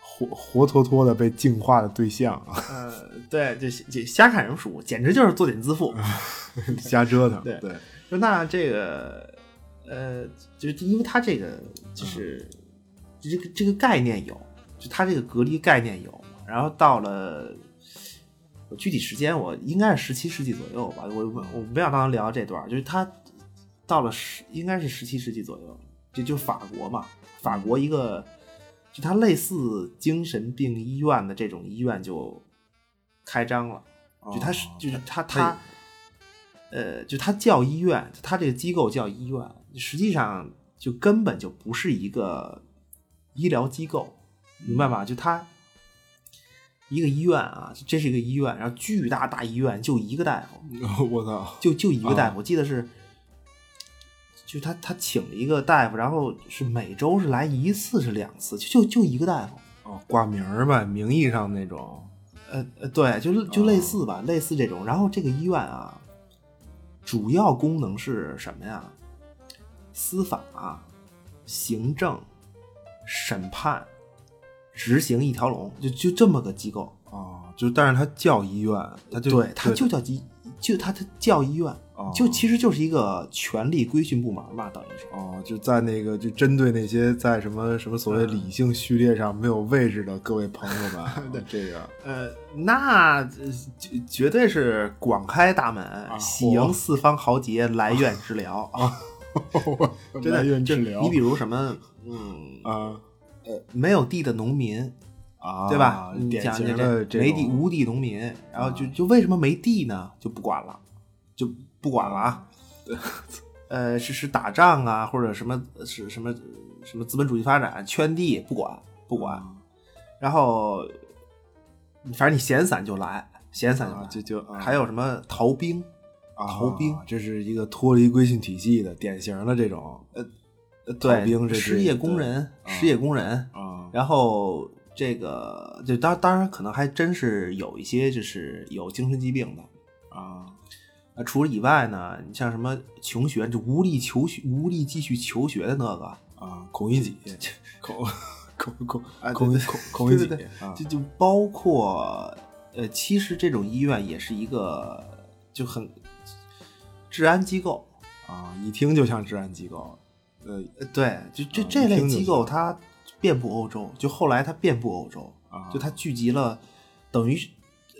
Speaker 3: 活活脱脱的被净化的对象，
Speaker 2: 呃，对，就就瞎看什么书，简直就是作茧自缚。
Speaker 3: 瞎折腾，
Speaker 2: 对
Speaker 3: 对
Speaker 2: 说那这个，呃，就是因为他这个就是、这个这个概念有，就他这个隔离概念有，然后到了我具体时间我应该是十七世纪左右吧，我我我没想到聊这段儿，就是他到了十应该是十七世纪左右，就就法国嘛，法国一个就它类似精神病医院的这种医院就开张了。就他是就是他他，呃，就他叫医院，他这个机构叫医院，实际上就根本就不是一个医疗机构，明白吧？就他一个医院啊，这是一个医院，然后巨大大医院就一个大夫，
Speaker 3: 我操，
Speaker 2: 就就一个大夫，我记得是，就他他请了一个大夫，然后是每周是来一次是两次，就就就一个大夫。
Speaker 3: 哦，挂名儿吧，名义上那种，
Speaker 2: 呃呃，对，就是就类似吧，类似这种。然后这个医院啊，主要功能是什么呀？司法、行政、审判、执行一条龙，就就这么个机构。
Speaker 3: 啊，就但是他叫医院，他就
Speaker 2: 啊对，他就叫医，就他他叫医院，
Speaker 3: 哦
Speaker 2: 就其实就是一个权力规训部门嘛，等于是。
Speaker 3: 哦，就在那个就针对那些在什么什么所
Speaker 2: 嗯
Speaker 3: 谓理性序列上没有位置的各位朋友 们啊，对这个
Speaker 2: 呃，那呃绝绝对是广开大门，喜迎四方豪杰来院治疗啊！ 真的，
Speaker 3: 院
Speaker 2: 就
Speaker 3: 治疗，
Speaker 2: 你比如什么，嗯，
Speaker 3: 啊
Speaker 2: 呃，没有地的农民，
Speaker 3: 啊，
Speaker 2: 对吧？你
Speaker 3: 典
Speaker 2: 讲
Speaker 3: 型
Speaker 2: 讲
Speaker 3: 的
Speaker 2: 这
Speaker 3: 这
Speaker 2: 没
Speaker 3: 种啊
Speaker 2: 地无地农民，然后就就为什么没地呢？就不管了，就不管了啊。 呃，是是打仗啊，或者什么是什么什么资本主义发展圈地，不管不管。
Speaker 3: 啊
Speaker 2: 然后，反正你闲散就来，闲散就来。
Speaker 3: 啊就就啊
Speaker 2: 还有什么逃兵？
Speaker 3: 啊
Speaker 2: 逃兵
Speaker 3: 这是一个脱离规训体系的典型的这种
Speaker 2: 呃
Speaker 3: 逃
Speaker 2: 对，
Speaker 3: 兵这是
Speaker 2: 失业工人，
Speaker 3: 对啊
Speaker 2: 失业工人。
Speaker 3: 啊
Speaker 2: 然后这个就当当然可能还真是有一些就是有精神疾病的。
Speaker 3: 啊
Speaker 2: 啊，除了以外呢，你像什么穷学，就无力求学、无力继续求学的那个，
Speaker 3: 啊，孔乙己， 孔孔孔
Speaker 2: 啊对
Speaker 3: 孔
Speaker 2: 对
Speaker 3: 乙孔孔乙己
Speaker 2: 对对
Speaker 3: 啊
Speaker 2: 就就包括呃，其实这种医院也是一个就很治安机构，
Speaker 3: 啊，一听就像治安机构，呃
Speaker 2: 呃对，就这
Speaker 3: 啊
Speaker 2: 这
Speaker 3: 一
Speaker 2: 类
Speaker 3: 听就
Speaker 2: 机构它遍布欧洲，就后来它遍布欧洲，
Speaker 3: 啊，
Speaker 2: 就它聚集了，等于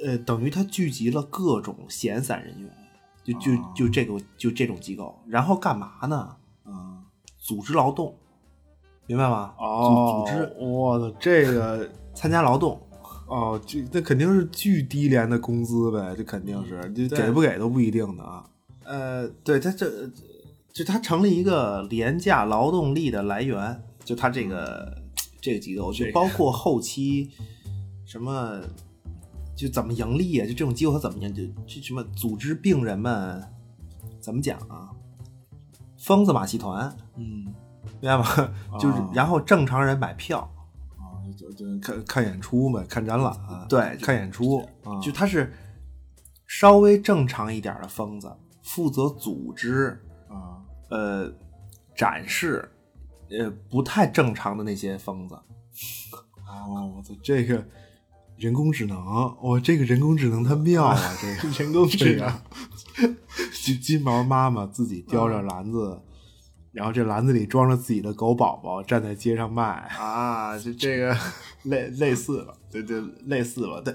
Speaker 2: 呃等于它聚集了各种闲散人员，就就
Speaker 3: 啊
Speaker 2: 就这个就这种机构，然后干嘛呢？
Speaker 3: 啊。
Speaker 2: 组织劳动，明白吗？
Speaker 3: 哦，
Speaker 2: 组组织
Speaker 3: 我操，这个
Speaker 2: 参加劳动，
Speaker 3: 哦，这那肯定是巨低廉的工资呗，这肯定是，就
Speaker 2: 对
Speaker 3: 给不给都不一定的啊。
Speaker 2: 呃，对，它这就它成立一个廉价劳动力的来源，就它这个这个机构，就包括后期什么就怎么盈利啊，就这种机构它怎么样，就就什么组织病人们怎么讲啊，疯子马戏团，
Speaker 3: 嗯，
Speaker 2: 明白吗？就是
Speaker 3: 哦
Speaker 2: 然后正常人买票，
Speaker 3: 啊，就就看看演出呗，看展览，啊
Speaker 2: 对
Speaker 3: 看演出啊，
Speaker 2: 就他是稍微正常一点的疯子，负责组织
Speaker 3: 啊
Speaker 2: 呃展示，呃不太正常的那些疯子。
Speaker 3: 哦，我操，这个人工智能，哇，这个人工智能它妙啊，这个
Speaker 2: 人工
Speaker 3: 这个，金金毛妈妈自己叼
Speaker 2: 嗯
Speaker 3: 着篮子，然后这篮子里装着自己的狗宝宝，站在街上卖。
Speaker 2: 啊，就这 个类类似吧，对对，类似吧，对。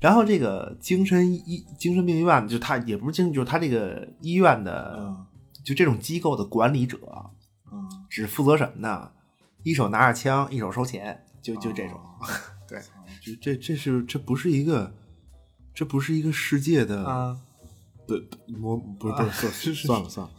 Speaker 2: 然后这个精神医精神病医院，就他也不是精神，就是他这个医院的，
Speaker 3: 嗯
Speaker 2: 就这种机构的管理者，啊
Speaker 3: 嗯，
Speaker 2: 只负责什么呢？一手拿着枪，一手收钱，就就这种。
Speaker 3: 哦
Speaker 2: 对
Speaker 3: 这这这是这不是一个，这不是一个世界的，不不我不是不是算算 了算了，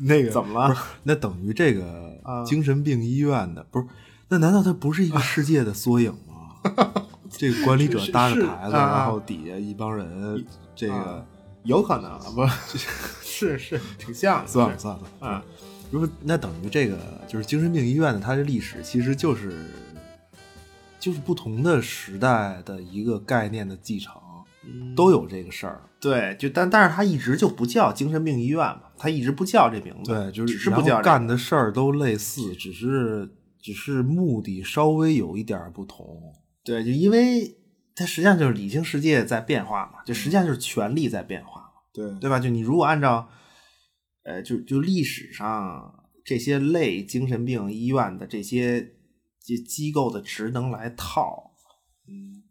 Speaker 3: 那个
Speaker 2: 怎么了
Speaker 3: 不是那等于这个
Speaker 2: 啊
Speaker 3: 精神病医院的不是？那难道它不是一个世界的缩影吗？ 这个管理者
Speaker 2: 是是
Speaker 3: 搭着
Speaker 2: 是
Speaker 3: 台子，
Speaker 2: 啊啊
Speaker 3: 然后底下一帮人，这个
Speaker 2: 啊有可能，不是 是是挺像的，
Speaker 3: 算了
Speaker 2: 是
Speaker 3: 算了，
Speaker 2: 啊，
Speaker 3: 如果那等于这个就是精神病医院的它的历史，其实就是就是不同的时代的一个概念的继承，都有这个事儿。
Speaker 2: 嗯对，就但但是他一直就不叫精神病医院嘛，他一直不叫这名字，
Speaker 3: 对，就是
Speaker 2: 只是
Speaker 3: 然
Speaker 2: 不
Speaker 3: 后
Speaker 2: 叫这
Speaker 3: 干的事儿都类似，只是只是目的稍微有一点儿不同。
Speaker 2: 对，就因为它实际上就是理性世界在变化嘛，就实际上就是权力在变化嘛，
Speaker 3: 对
Speaker 2: 对吧？就你如果按照，呃，就就历史上这些类精神病医院的这些这机构的职能来套，嗯，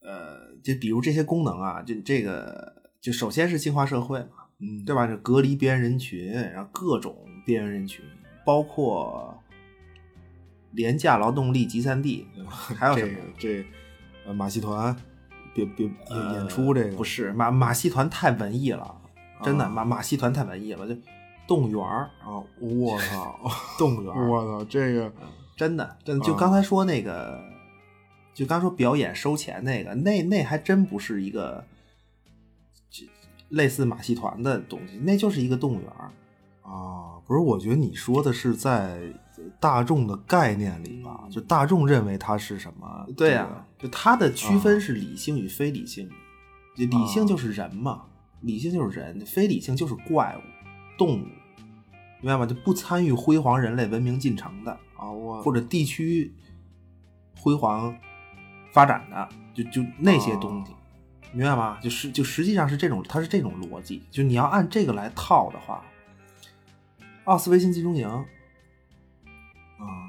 Speaker 2: 呃，就比如这些功能啊，就这个就首先是净化社会嘛，
Speaker 3: 嗯，
Speaker 2: 对吧？就隔离边缘人群，然后各种边缘人群，包括廉价劳动力集散地，还有什
Speaker 3: 这
Speaker 2: 么
Speaker 3: 个
Speaker 2: 呀？
Speaker 3: 这呃马戏团
Speaker 2: 别别
Speaker 3: 演演出这个
Speaker 2: 呃不是马马戏团太文艺了，真的、
Speaker 3: 啊
Speaker 2: 马马戏团太文艺了，就动物园儿，
Speaker 3: 啊，我操，
Speaker 2: 动物园儿，
Speaker 3: 我操，这 个
Speaker 2: 真的真的，
Speaker 3: 啊
Speaker 2: 就刚才说那个，就刚说表演收钱那个，那那还真不是一个，这类似马戏团的东西，那就是一个动物园儿。
Speaker 3: 啊，不是，我觉得你说的是在大众的概念里吧，就大众认为它是什么？
Speaker 2: 对
Speaker 3: 呀、
Speaker 2: 呀、就它的区分是理性与非理性，就理性就是人嘛，理性就是人，非理性就是怪物、动物，明白吗？就不参与辉煌人类文明进程的，
Speaker 3: 啊，我
Speaker 2: 或者地区辉煌发展的，就就那些东西，明白吗？就是就实际上是这种，它是这种逻辑。就你要按这个来套的话，奥斯维辛集中营，
Speaker 3: 啊，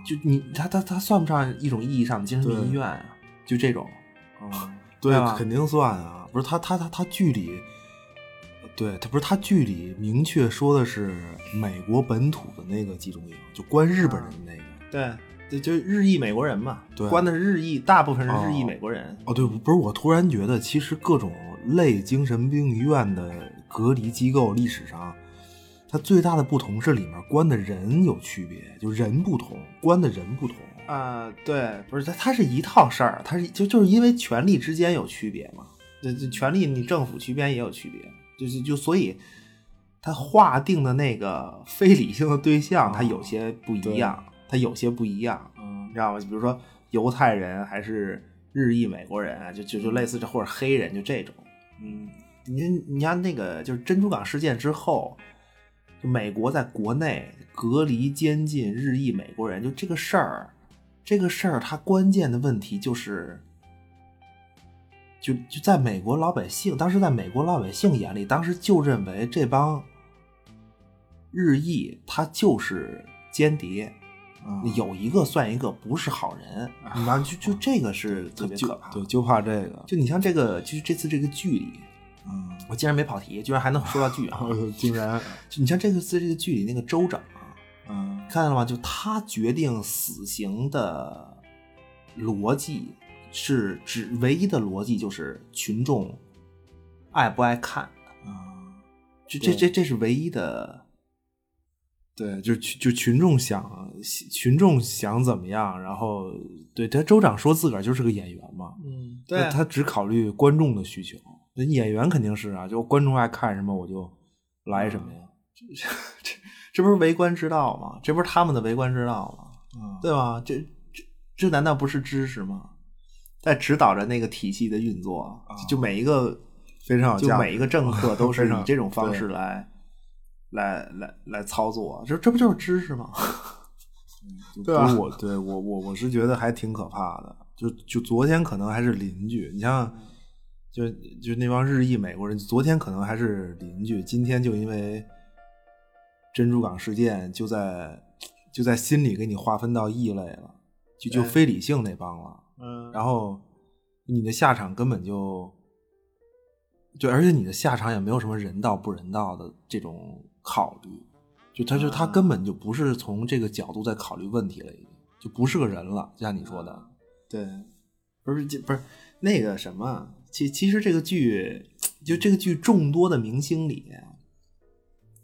Speaker 2: 就你它它它算不上一种意义上的精神病
Speaker 3: 对
Speaker 2: 医院啊，就这种，
Speaker 3: 啊，
Speaker 2: 对
Speaker 3: 对
Speaker 2: 吧，
Speaker 3: 肯定算啊。不是他，他他他剧里，对他不是他剧里明确说的是美国本土的那个集中营，就关日本人的那个。
Speaker 2: 对，就就日裔美国人嘛，
Speaker 3: 对
Speaker 2: 关的是日裔，大部分是日裔
Speaker 3: 哦
Speaker 2: 美国人，
Speaker 3: 哦，对，不是，我突然觉得，其实各种类精神病医院的隔离机构历史上，它最大的不同是里面关的人有区别，就人不同，关的人不同。
Speaker 2: 啊，对，不是它，它是一套事儿，它是就就是因为权力之间有区别嘛，这这权力你政府区边也有区别，就是就所以，它划定的那个非理性的对象，它有些不一样，它有些不一样，
Speaker 3: 嗯
Speaker 2: 你知道吗？就比如说犹太人还是日裔美国人啊，就就就类似这或者黑人就这种，
Speaker 3: 嗯，
Speaker 2: 你你像那个就是珍珠港事件之后，就美国在国内隔离监禁日裔美国人，就这个事儿，这个事儿它关键的问题就是，就就在美国老百姓，当时在美国老百姓眼里，当时就认为这帮日裔他就是间谍，
Speaker 3: 嗯
Speaker 2: 有一个算一个，不是好 人，你知道，就就这个是特
Speaker 3: 就
Speaker 2: 别
Speaker 3: 就
Speaker 2: 可怕。
Speaker 3: 对，就怕这个。
Speaker 2: 就你像这个，就是这次这个剧里，
Speaker 3: 嗯，
Speaker 2: 我竟然没跑题，居然还能说到 剧啊！
Speaker 3: 竟然，
Speaker 2: 就你像这个在这个剧里那个州长啊，
Speaker 3: 嗯
Speaker 2: 看到了吗？就他决定死刑的逻辑是只唯一的逻辑就是群众爱不爱看，
Speaker 3: 嗯，
Speaker 2: 这这这这是唯一的。
Speaker 3: 对，就群就群众想群众想怎么样，然后对他州长说自个儿就是个演员嘛，
Speaker 2: 嗯，
Speaker 3: 那他只考虑观众的需求。那演员肯定是啊，就观众爱看什么我就来什么呀。
Speaker 2: 这不是为官之道吗？这不是他们的为官之道吗？
Speaker 3: 嗯
Speaker 2: 对吧？这这这难道不是知识吗？在指导着那个体系的运作，
Speaker 3: 啊
Speaker 2: 就每一个
Speaker 3: 非常有
Speaker 2: 就
Speaker 3: 价值
Speaker 2: 每一个 政客都是
Speaker 3: 非
Speaker 2: 以
Speaker 3: 常
Speaker 2: 这种方式来来来来操作，这这不就是知识吗？对啊吧
Speaker 3: 不是我对啊我我我是觉得还挺可怕的。就就昨天可能还是邻居，你像就就那帮日裔美国人，昨天可能还是邻居，今天就因为珍珠港事件，就在就在心里给你划分到异类了，就就
Speaker 2: 对
Speaker 3: 非理性那帮了。
Speaker 2: 嗯
Speaker 3: 然后你的下场根本就就，而且你的下场也没有什么人道不人道的这种考虑，就他就他
Speaker 2: 啊
Speaker 3: 根本就不是从这个角度在考虑问题了，已经就不是个人了，就像你说的，
Speaker 2: 对，不是这不是那个什么，其其实这个剧就这个剧众多的明星里，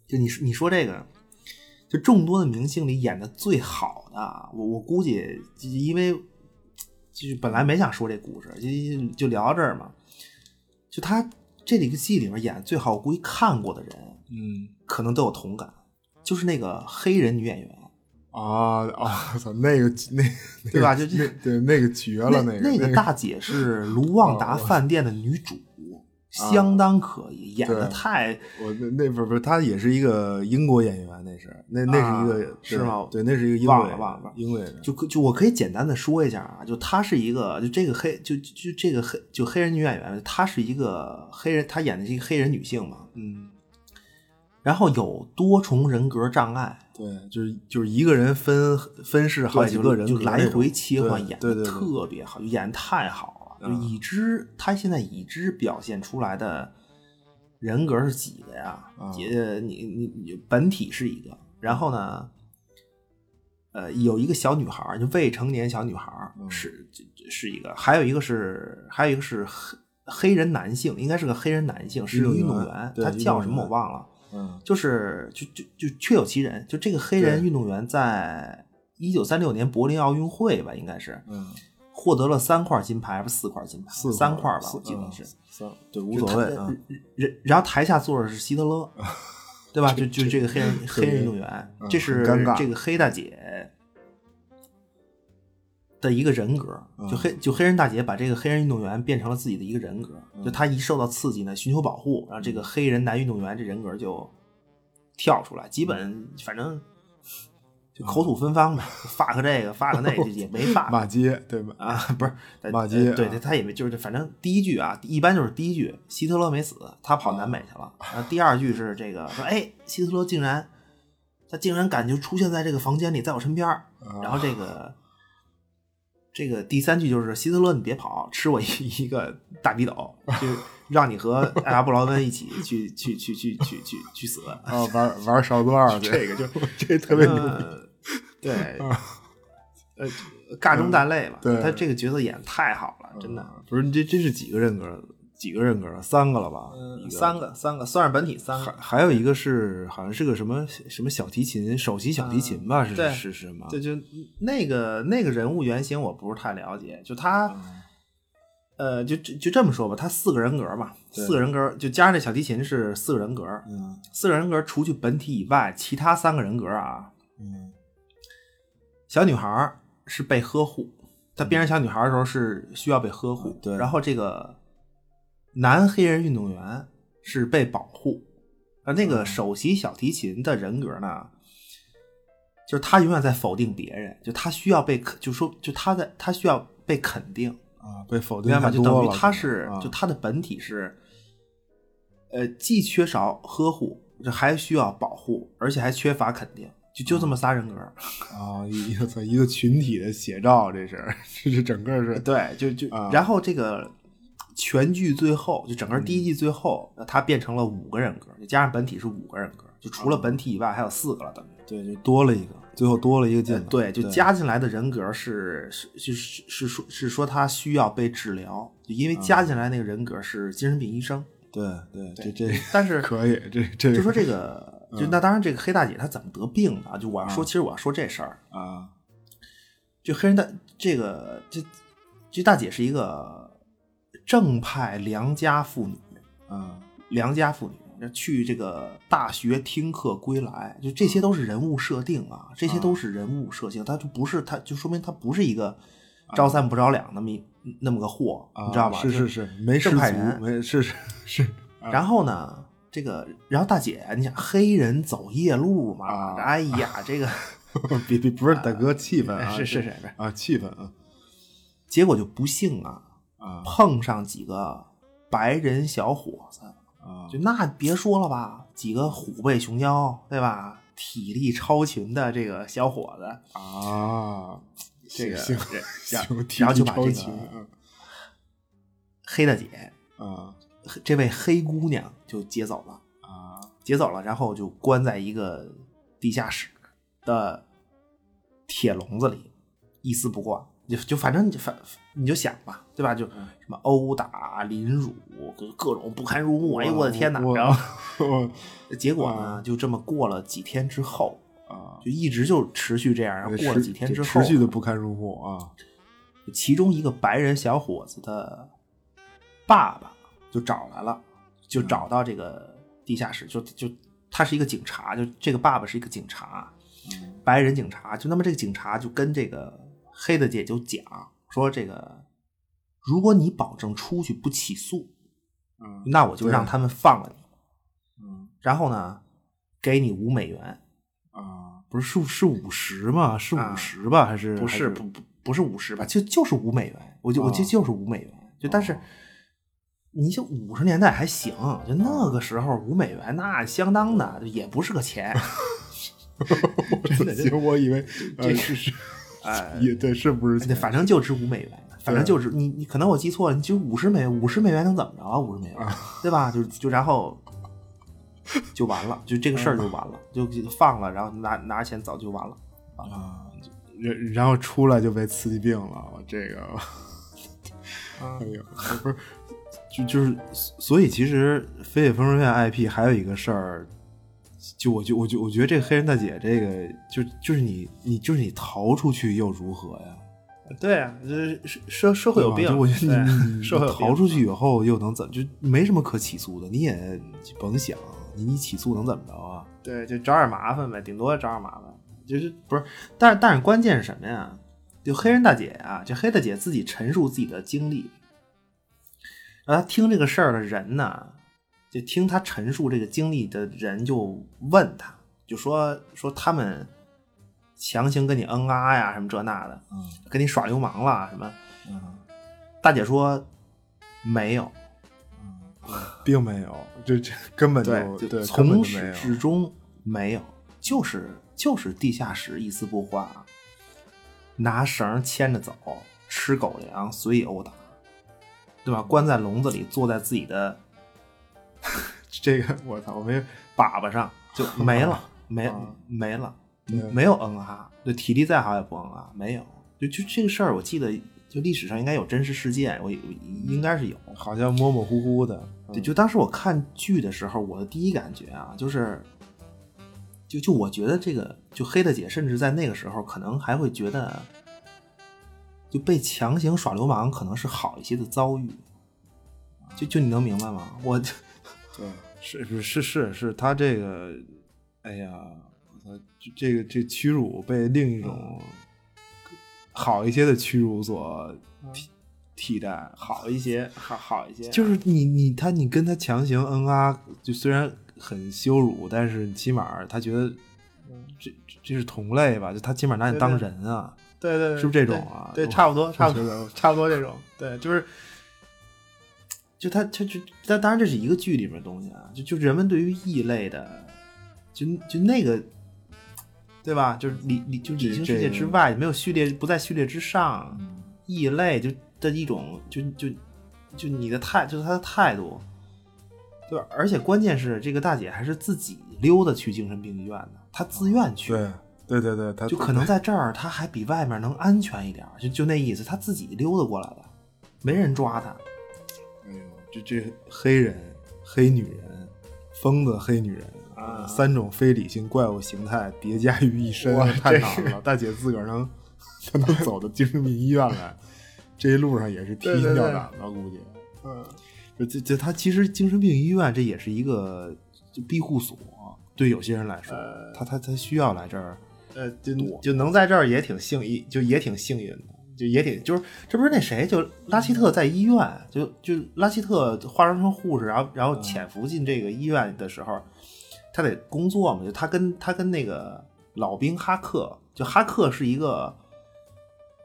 Speaker 2: 就你说你说这个，就众多的明星里演的最好的，我我估计就因为就是本来没想说这故事，就就就聊到这儿嘛，就他这里个戏里面演的最好，我估计看过的人
Speaker 3: 嗯
Speaker 2: 可能都有同感，就是那个黑人女演员。
Speaker 3: 啊啊， 操，那个 那
Speaker 2: 对吧就那
Speaker 3: 对那个绝
Speaker 2: 那个嗯大姐是卢旺达饭店的女主，相当可以，演的
Speaker 3: 对
Speaker 2: 太
Speaker 3: 我那那不是不是，他也是一个英国演员，那是那
Speaker 2: 啊是吗
Speaker 3: 那是一个
Speaker 2: 忘了
Speaker 3: 演员
Speaker 2: 忘了
Speaker 3: 英国演员
Speaker 2: 就就我可以简单的说一下啊，就她是一个就这个黑就就就这个黑就黑人女演员，她是一个黑人，她演的是一个黑人女性嘛，
Speaker 3: 嗯。
Speaker 2: 然后有多重人格障碍，
Speaker 3: 对，就是就是一个人分分饰好几
Speaker 2: 就
Speaker 3: 个人格
Speaker 2: 就
Speaker 3: 那种，
Speaker 2: 来回切换，演
Speaker 3: 对
Speaker 2: 的
Speaker 3: 对对对
Speaker 2: 特别好，就演的太好了。就
Speaker 3: 嗯
Speaker 2: 已知他现在已知表现出来的人格是几个呀？
Speaker 3: 啊
Speaker 2: 呃，你你你本体是一个，然后呢，呃，有一个小女孩儿，就未成年小女孩儿
Speaker 3: 嗯
Speaker 2: 是这这是一个，还有一个是还有一个是黑黑人男性，应该是个黑人男性，是
Speaker 3: 运动
Speaker 2: 运动
Speaker 3: 员
Speaker 2: 员，
Speaker 3: 对
Speaker 2: 他
Speaker 3: 运
Speaker 2: 叫
Speaker 3: 动
Speaker 2: 什么我
Speaker 3: 员
Speaker 2: 忘了。
Speaker 3: 嗯
Speaker 2: 就是就就就确有其人，就这个黑人
Speaker 3: 对
Speaker 2: 运动员在一九三六年柏林奥运会吧，应该是
Speaker 3: 嗯，
Speaker 2: 获得了三块金牌，还是四块金牌？
Speaker 3: 四块
Speaker 2: 三块吧，
Speaker 3: 四
Speaker 2: 我记得
Speaker 3: 嗯
Speaker 2: 是。
Speaker 3: 三对无
Speaker 2: 就
Speaker 3: 所
Speaker 2: 他
Speaker 3: 谓
Speaker 2: 呃
Speaker 3: 啊，
Speaker 2: 然然后台下坐着是希特勒， 对吧？就就这个黑人黑人运动员，
Speaker 3: 嗯
Speaker 2: 这是
Speaker 3: 很尴尬
Speaker 2: 这个黑大姐的一个人格，
Speaker 3: 嗯
Speaker 2: 就黑就黑人大姐把这个黑人运动员变成了自己的一个人格，
Speaker 3: 嗯
Speaker 2: 就他一受到刺激呢，寻求保护，然后这个
Speaker 3: 嗯
Speaker 2: 黑人男运动员这人格就跳出来，基本反正就口吐芬芳吧，发个这个，发 个那个，也没发
Speaker 3: 骂街对吧？
Speaker 2: 啊，不是但
Speaker 3: 骂街
Speaker 2: 呃对
Speaker 3: 啊
Speaker 2: 他他也没就是反正第一句啊，一般就是第一句，希特勒没死，他跑南美去了。
Speaker 3: 哦
Speaker 2: 然后第二句是这个说，哎，希特勒竟然他竟然敢就出现在这个房间里，在我身边儿
Speaker 3: 啊
Speaker 2: 然后这个这个第三句就是希特勒你别跑，吃我一 一个大逼斗， 就让你和艾拉布劳恩一起去去去去去去去死。
Speaker 3: 啊，玩玩勺子二 去，
Speaker 2: 这个就
Speaker 3: 这 特别牛逼。
Speaker 2: 呃 对，呃，尬中带泪吧。
Speaker 3: 嗯对嗯
Speaker 2: 他这个角色演得太好了，真的。
Speaker 3: 啊不是你这这是几个人格？几个人格？啊三个了吧？一个
Speaker 2: 嗯三个，三个，算是本体三
Speaker 3: 还
Speaker 2: 个。
Speaker 3: 还有一个是好像是个什么什么小提琴，首席小提琴吧？
Speaker 2: 嗯
Speaker 3: 是
Speaker 2: 对
Speaker 3: 是是吗？
Speaker 2: 这就那个那个人物原型我不是太了解，就他，呃，就就就这么说吧，他四个人格嘛，
Speaker 3: 嗯对
Speaker 2: 四个人格就加上这小提琴是四个人格，
Speaker 3: 嗯
Speaker 2: 四个人格除去本体以外，其他三个人格啊，
Speaker 3: 嗯
Speaker 2: 小女孩儿是被呵护，她变成小女孩儿的时候是需要被呵护
Speaker 3: 嗯。对
Speaker 2: 然后这个男黑人运动员是被保护，啊，那
Speaker 3: 嗯
Speaker 2: 个首席小提琴的人格呢，就是他永远在否定别人，就他需要被肯，就说就他在他需要被肯定，
Speaker 3: 啊，被否定
Speaker 2: 明白吗？
Speaker 3: 太
Speaker 2: 就
Speaker 3: 多
Speaker 2: 等于
Speaker 3: 了。
Speaker 2: 他是
Speaker 3: 啊
Speaker 2: 就他的本体是，呃，既缺少呵护，这还需要保护，而且还缺乏肯定，就就这么仨人格。
Speaker 3: 啊，一个操一个群体的写照，这是 这是整个是
Speaker 2: 呃对，就就、
Speaker 3: 啊
Speaker 2: 然后这个全剧最后，就整个第一季最后，那它变成了五个人格，就加上本体是五个人格，就除了本体以外还有四个了，等于。
Speaker 3: 对，就多了一个，最后多了一个进来。
Speaker 2: 呃对，就加进来的人格是是就是是说，是说他需要被治疗，因为加进来那个人格是精神病医生。
Speaker 3: 对对，这这
Speaker 2: 但是
Speaker 3: 可以，这这
Speaker 2: 就说这个，
Speaker 3: 嗯
Speaker 2: 就那当然，这个黑大姐她怎么得病的啊？就我要说，其实我要说这事儿，
Speaker 3: 啊，
Speaker 2: 就黑人大这个这这大姐是一个正派良家妇女，
Speaker 3: 嗯
Speaker 2: 良家妇女那去这个大学听课归来，就这
Speaker 3: 嗯
Speaker 2: 些都是人物设定啊，这些都是人物设定，她就不是她，就说明她不是一个招三不招两那么一那么个货，
Speaker 3: 啊，
Speaker 2: 你知道吧？
Speaker 3: 是
Speaker 2: 就是
Speaker 3: 是，没失
Speaker 2: 正派
Speaker 3: 足
Speaker 2: 人
Speaker 3: 没是是是
Speaker 2: 然后呢，这个，然后大姐，你想黑人走夜路嘛？
Speaker 3: 啊
Speaker 2: 哎呀， 这个
Speaker 3: 别别不是大哥气氛啊，
Speaker 2: 呃是是
Speaker 3: 这
Speaker 2: 是是
Speaker 3: 啊气氛啊
Speaker 2: 结果就不幸啊，
Speaker 3: 啊
Speaker 2: 碰上几个白人小伙子，
Speaker 3: 啊
Speaker 2: 就那别说了吧，几个虎背熊腰，对吧？体力超群的这个小伙子，
Speaker 3: 啊，
Speaker 2: 这个
Speaker 3: 行
Speaker 2: 这然
Speaker 3: 行，
Speaker 2: 然后就把
Speaker 3: 超
Speaker 2: 这
Speaker 3: 群
Speaker 2: 个黑大姐，
Speaker 3: 啊
Speaker 2: 黑这位黑姑娘就劫走了，
Speaker 3: 啊
Speaker 2: 劫走了，然后就关在一个地下室的铁笼子里，一丝不挂。就就反正你就反你就想吧，对吧？就
Speaker 3: 嗯
Speaker 2: 什么殴打、凌辱，各各种不堪入目。哎呦我的天哪！
Speaker 3: 我
Speaker 2: 然后
Speaker 3: 我
Speaker 2: 结果呢，就这么过了几天之后，
Speaker 3: 啊，
Speaker 2: 就一直就持续这样。然后过了
Speaker 3: 持
Speaker 2: 几天之
Speaker 3: 这
Speaker 2: 后，
Speaker 3: 持续的不堪入目啊
Speaker 2: 其中一个白人小伙子的爸爸就找来了，就找到这个地下室，就就他是一个警察，就这个爸爸是一个警察，白人警察。就那么这个警察就跟这个黑的姐就讲说，这个如果你保证出去不起诉，
Speaker 3: 嗯
Speaker 2: 那我就
Speaker 3: 对
Speaker 2: 让他们放了你，
Speaker 3: 嗯
Speaker 2: 然后呢，给你五美元。
Speaker 3: 啊，不是是是五十吗？是
Speaker 2: 啊
Speaker 3: 五十吧？还是
Speaker 2: 不
Speaker 3: 还
Speaker 2: 是不不不是五十吧，就就是五美元，我就、我就
Speaker 3: 哦
Speaker 2: 就是五美元，就但是、
Speaker 3: 哦
Speaker 2: 你就五十年代还行，就那个时候五美元那相当的就也不是个 钱，真的真的
Speaker 3: 行，我以为
Speaker 2: 这
Speaker 3: 呃是 是
Speaker 2: 哎
Speaker 3: 也对，是不是钱？
Speaker 2: 反正就值五美元，反正就值你你可能我记错了，你就五十美五十美元能怎么着啊？五十美元、对吧？就就然后就完了，就这个事儿就
Speaker 3: 嗯
Speaker 2: 完了，就就放了，然后拿拿钱早就完了。
Speaker 3: 啊，然然后出来就被刺激病了，我这个，
Speaker 2: 啊
Speaker 3: 哎呦，不是，就就是，所以其实《飞雪疯人院》IP 还有一个事儿，就我就我就我觉得这个黑人大姐这个，就就是你你就是你逃出去又如何呀？
Speaker 2: 对啊，这社社
Speaker 3: 对吧就我觉得你你逃
Speaker 2: 嗯
Speaker 3: 出去以后又能怎么？就没什么可起诉的，你也甭想，你一起诉能怎么着啊？
Speaker 2: 对，就找点麻烦呗，顶多找点麻烦，就是不是？但是但是关键是什么呀？就黑人大姐啊，这黑大姐自己陈述自己的经历，然后她听这个事儿的人呢，就听她陈述这个经历的人就问她，就说说他们强行跟你嗯啊呀什么这那的，
Speaker 3: 嗯
Speaker 2: 跟你耍流氓了什么。
Speaker 3: 嗯
Speaker 2: 大姐说没有，
Speaker 3: 并没有，这这根本
Speaker 2: 对，
Speaker 3: 就
Speaker 2: 就
Speaker 3: 对，根
Speaker 2: 从
Speaker 3: 本就没
Speaker 2: 始
Speaker 3: 有。
Speaker 2: 至终没有，就是就是地下室一丝不挂，拿绳牵着走，吃狗粮，随意殴打，对吧？关在笼子里，坐在自己的
Speaker 3: 这个我操，我没
Speaker 2: 粑粑上就没 了，没
Speaker 3: 啊
Speaker 2: 没了，
Speaker 3: 对
Speaker 2: 没有嗯啊，就体力再好也不嗯啊，没有。就就这个事儿，我记得就历史上应该有真实事件，我应该是有。
Speaker 3: 好像模模糊糊的，
Speaker 2: 对，就当时我看剧的时候，我的第一感觉啊，就是，就就我觉得这个，就黑大姐，甚至在那个时候，可能还会觉得，就被强行耍流氓可能是好一些的遭遇。就就你能明白吗？我
Speaker 3: 对，是是是是是，他这个，哎呀，我操，这这个这屈辱被另一种
Speaker 2: 嗯
Speaker 3: 好一些的屈辱所替替 代，
Speaker 2: 好一些，好好一些就
Speaker 3: 就是是你你他你跟他强行嗯啊，就虽然很羞辱，但是起码他觉得这这这是同类吧，就他起码拿你当人啊，
Speaker 2: 嗯对对
Speaker 3: 是不是这种啊
Speaker 2: 对，
Speaker 3: 我
Speaker 2: 差不多，差不
Speaker 3: 觉
Speaker 2: 多，差不多这种。对，就是，就他他就但当然这是一个剧里面的东西啊，就就人们对于异类的，就就那个，对吧？就是理理就理性世界之外，没有序列，不在序列之上，异类就的一种就就就你的态，就是他的态度。对吧，而且关键是这个大姐还是自己溜达去精神病医院的，她自愿去的。
Speaker 3: 对对对哦对，他
Speaker 2: 就可能在这儿他还比外面能安全一点儿，就就那意思，他自己溜达过来的，没人抓他。
Speaker 3: 哎呦，这这黑人、黑女人、疯子、黑女人
Speaker 2: 啊
Speaker 3: 三种非理性怪物形态叠加于一身
Speaker 2: 哇，
Speaker 3: 太
Speaker 2: 这
Speaker 3: 难
Speaker 2: 是
Speaker 3: 了。大姐自个儿能，她能走到精神病医院来，这一路上也是提
Speaker 2: 对
Speaker 3: 心
Speaker 2: 对
Speaker 3: 吊
Speaker 2: 对
Speaker 3: 胆吧，估计。
Speaker 2: 嗯，
Speaker 3: 这这这，他其实精神病医院这也是一个就庇护所，对有些人来说，他他他需要来这儿。
Speaker 2: 呃，就呃就能在这儿也挺幸运，就也挺幸运的，就也挺就是这不是那谁就拉希特在医院，就就拉希特化妆成护士，然后然后潜伏进这个医院的时候，他得工作嘛，就他跟他跟那个老兵哈克，就哈克是一个。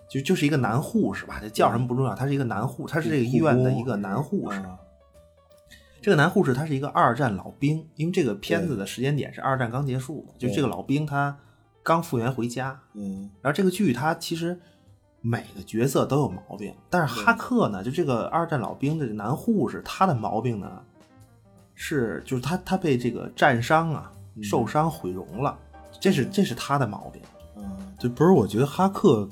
Speaker 2: 就就是一个男护士吧，这叫什么不重要，他是一个男护，他是这个医院的一个男护士。
Speaker 3: 嗯
Speaker 2: 这个男护士他是一个二战老兵，因为这个片子的时间点是二战刚结束嘛，就这个老兵他刚复员回家，
Speaker 3: 嗯，
Speaker 2: 然后这个剧它其实每个角色都有毛病，但是哈克呢，就这个二战老兵这个男护士，他的毛病呢是就是他他被这个战伤啊受伤毁容了，这是这是他的毛病。
Speaker 3: 就不是，我觉得哈克，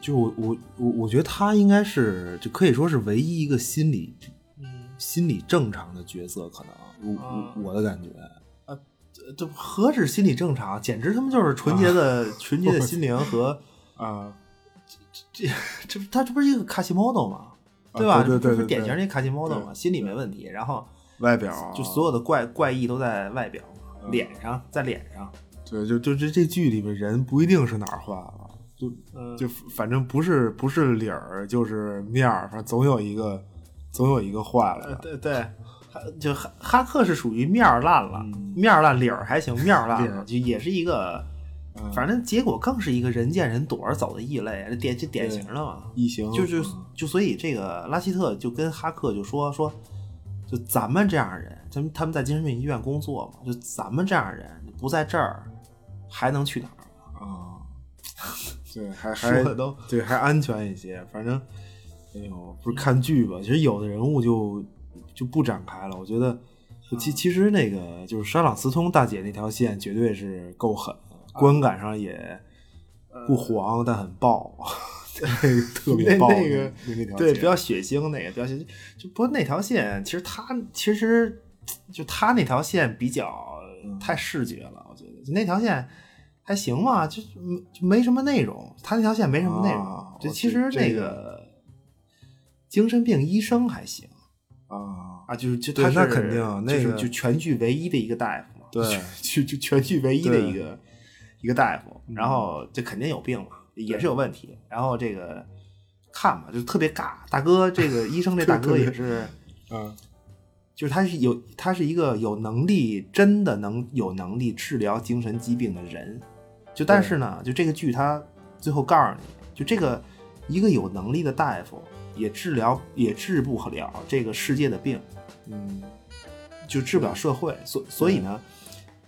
Speaker 3: 就我我我我觉得他应该是就可以说是唯一一个心理心理正常的角色，可能我、
Speaker 2: 啊
Speaker 3: 我我的感觉，啊
Speaker 2: 这这何止心理正常，啊简直他妈就是纯洁的、纯洁的心灵 和
Speaker 3: 啊，
Speaker 2: 这他这不是一个卡西莫多吗？
Speaker 3: 啊
Speaker 2: 吧？
Speaker 3: 对对对
Speaker 2: 这不是
Speaker 3: 对
Speaker 2: 典型那卡西莫多
Speaker 3: 对啊
Speaker 2: 嘛，心理没问题，然后
Speaker 3: 外表
Speaker 2: 就所有的怪怪异都在外表嘛，
Speaker 3: 啊
Speaker 2: 脸上在脸上，
Speaker 3: 对，就就这这剧里面人不一定是哪儿坏了，就
Speaker 2: 嗯
Speaker 3: 就反正不是不是理儿就是面儿，反正总有一个总有一个坏了
Speaker 2: 呃，
Speaker 3: 的，
Speaker 2: 对对，哈就哈哈克是属于面儿烂了，面儿烂理儿还行，面儿烂
Speaker 3: 嗯 理儿
Speaker 2: 了就也是一个，
Speaker 3: 嗯
Speaker 2: 反正结果更是一个人见人躲着走的异类，这典这典型的嘛，
Speaker 3: 异形
Speaker 2: 就就就所以这个拉希特就跟哈克就说说，就咱们这样的人，咱们他们在精神病医院工作嘛，就咱们这样的人不在这儿，还能去哪儿？
Speaker 3: 啊，对，还还
Speaker 2: 说的都
Speaker 3: 对还安全一些，反正哎呦，不是看剧吧，其实有的人物就就不展开了，我觉得。
Speaker 2: 嗯
Speaker 3: 其其实那个就是莎朗斯通大姐那条线绝对是够狠，
Speaker 2: 啊
Speaker 3: 观感上也不黄，但很爆， 那个 特别
Speaker 2: 呃那
Speaker 3: 爆
Speaker 2: 那个
Speaker 3: 那条
Speaker 2: 对，
Speaker 3: 线
Speaker 2: 比较血腥那个，比较血腥。就不过那条线，其实他其实就他那条线比较
Speaker 3: 嗯
Speaker 2: 太视觉了，我觉得就那条线还行吧，就就没什么内容。他那条线没什么内
Speaker 3: 啊
Speaker 2: 容，就
Speaker 3: 我
Speaker 2: 其
Speaker 3: 这
Speaker 2: 实
Speaker 3: 这
Speaker 2: 那个精神病医生还行
Speaker 3: 啊，
Speaker 2: 啊，就是就
Speaker 3: 对
Speaker 2: 他是
Speaker 3: 那肯定啊那
Speaker 2: 就是
Speaker 3: 个
Speaker 2: 就全剧唯一的一个大夫嘛，
Speaker 3: 对
Speaker 2: 就就全剧唯一的
Speaker 3: 对嗯
Speaker 2: 一个一个大夫，然后这肯定有病嘛，也是有问题。然后这个看吧，就特别尬。大哥，这个医生这大 哥也是，
Speaker 3: 嗯，
Speaker 2: 就是他是有他是一个有能力，真的能有能力治疗精神疾病的人，就但是呢，就这个剧它最后告诉你，就这个一个有能力的大夫也治疗也治不了这个世界的病，
Speaker 3: 嗯
Speaker 2: 就治不了社会，所所以呢，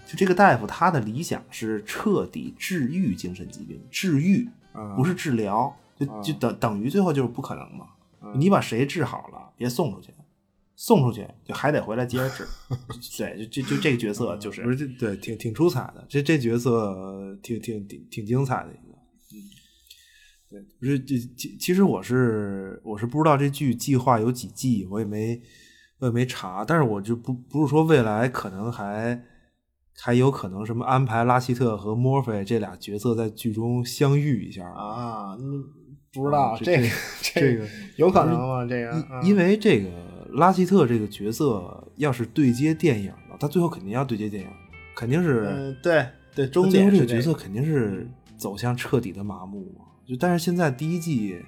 Speaker 2: 就这个大夫他的理想是彻底治愈精神疾病，治愈
Speaker 3: 啊，
Speaker 2: 不是治疗，就
Speaker 3: 啊
Speaker 2: 就等等于最后就是不可能嘛。
Speaker 3: 嗯
Speaker 2: 你把谁治好了，别送出去，送出去就还得回来接着 治。对，就就就这个角色就是
Speaker 3: 不是这对，挺挺出彩的，这这角色呃挺挺挺挺精彩的一个。
Speaker 2: 嗯
Speaker 3: 对，不是这其其实我是我是不知道这剧计划有几季，我也没我也没查，但是我就不不是说未来可能还还有可能什么安排拉希特和墨菲这俩角色在剧中相遇一下，
Speaker 2: 啊，嗯不知
Speaker 3: 嗯
Speaker 2: 道
Speaker 3: 这
Speaker 2: 这个
Speaker 3: 这
Speaker 2: 个
Speaker 3: 个
Speaker 2: 有可能吗？这个啊
Speaker 3: 因因为这个拉希特这个角色要是对接电影了，他最后肯定要对接电影，肯定是。
Speaker 2: 嗯对对，
Speaker 3: 那
Speaker 2: 终
Speaker 3: 最
Speaker 2: 点
Speaker 3: 后这
Speaker 2: 是
Speaker 3: 个角色
Speaker 2: 这个
Speaker 3: 肯定是走向彻底的麻木嘛。就但是现在第一季，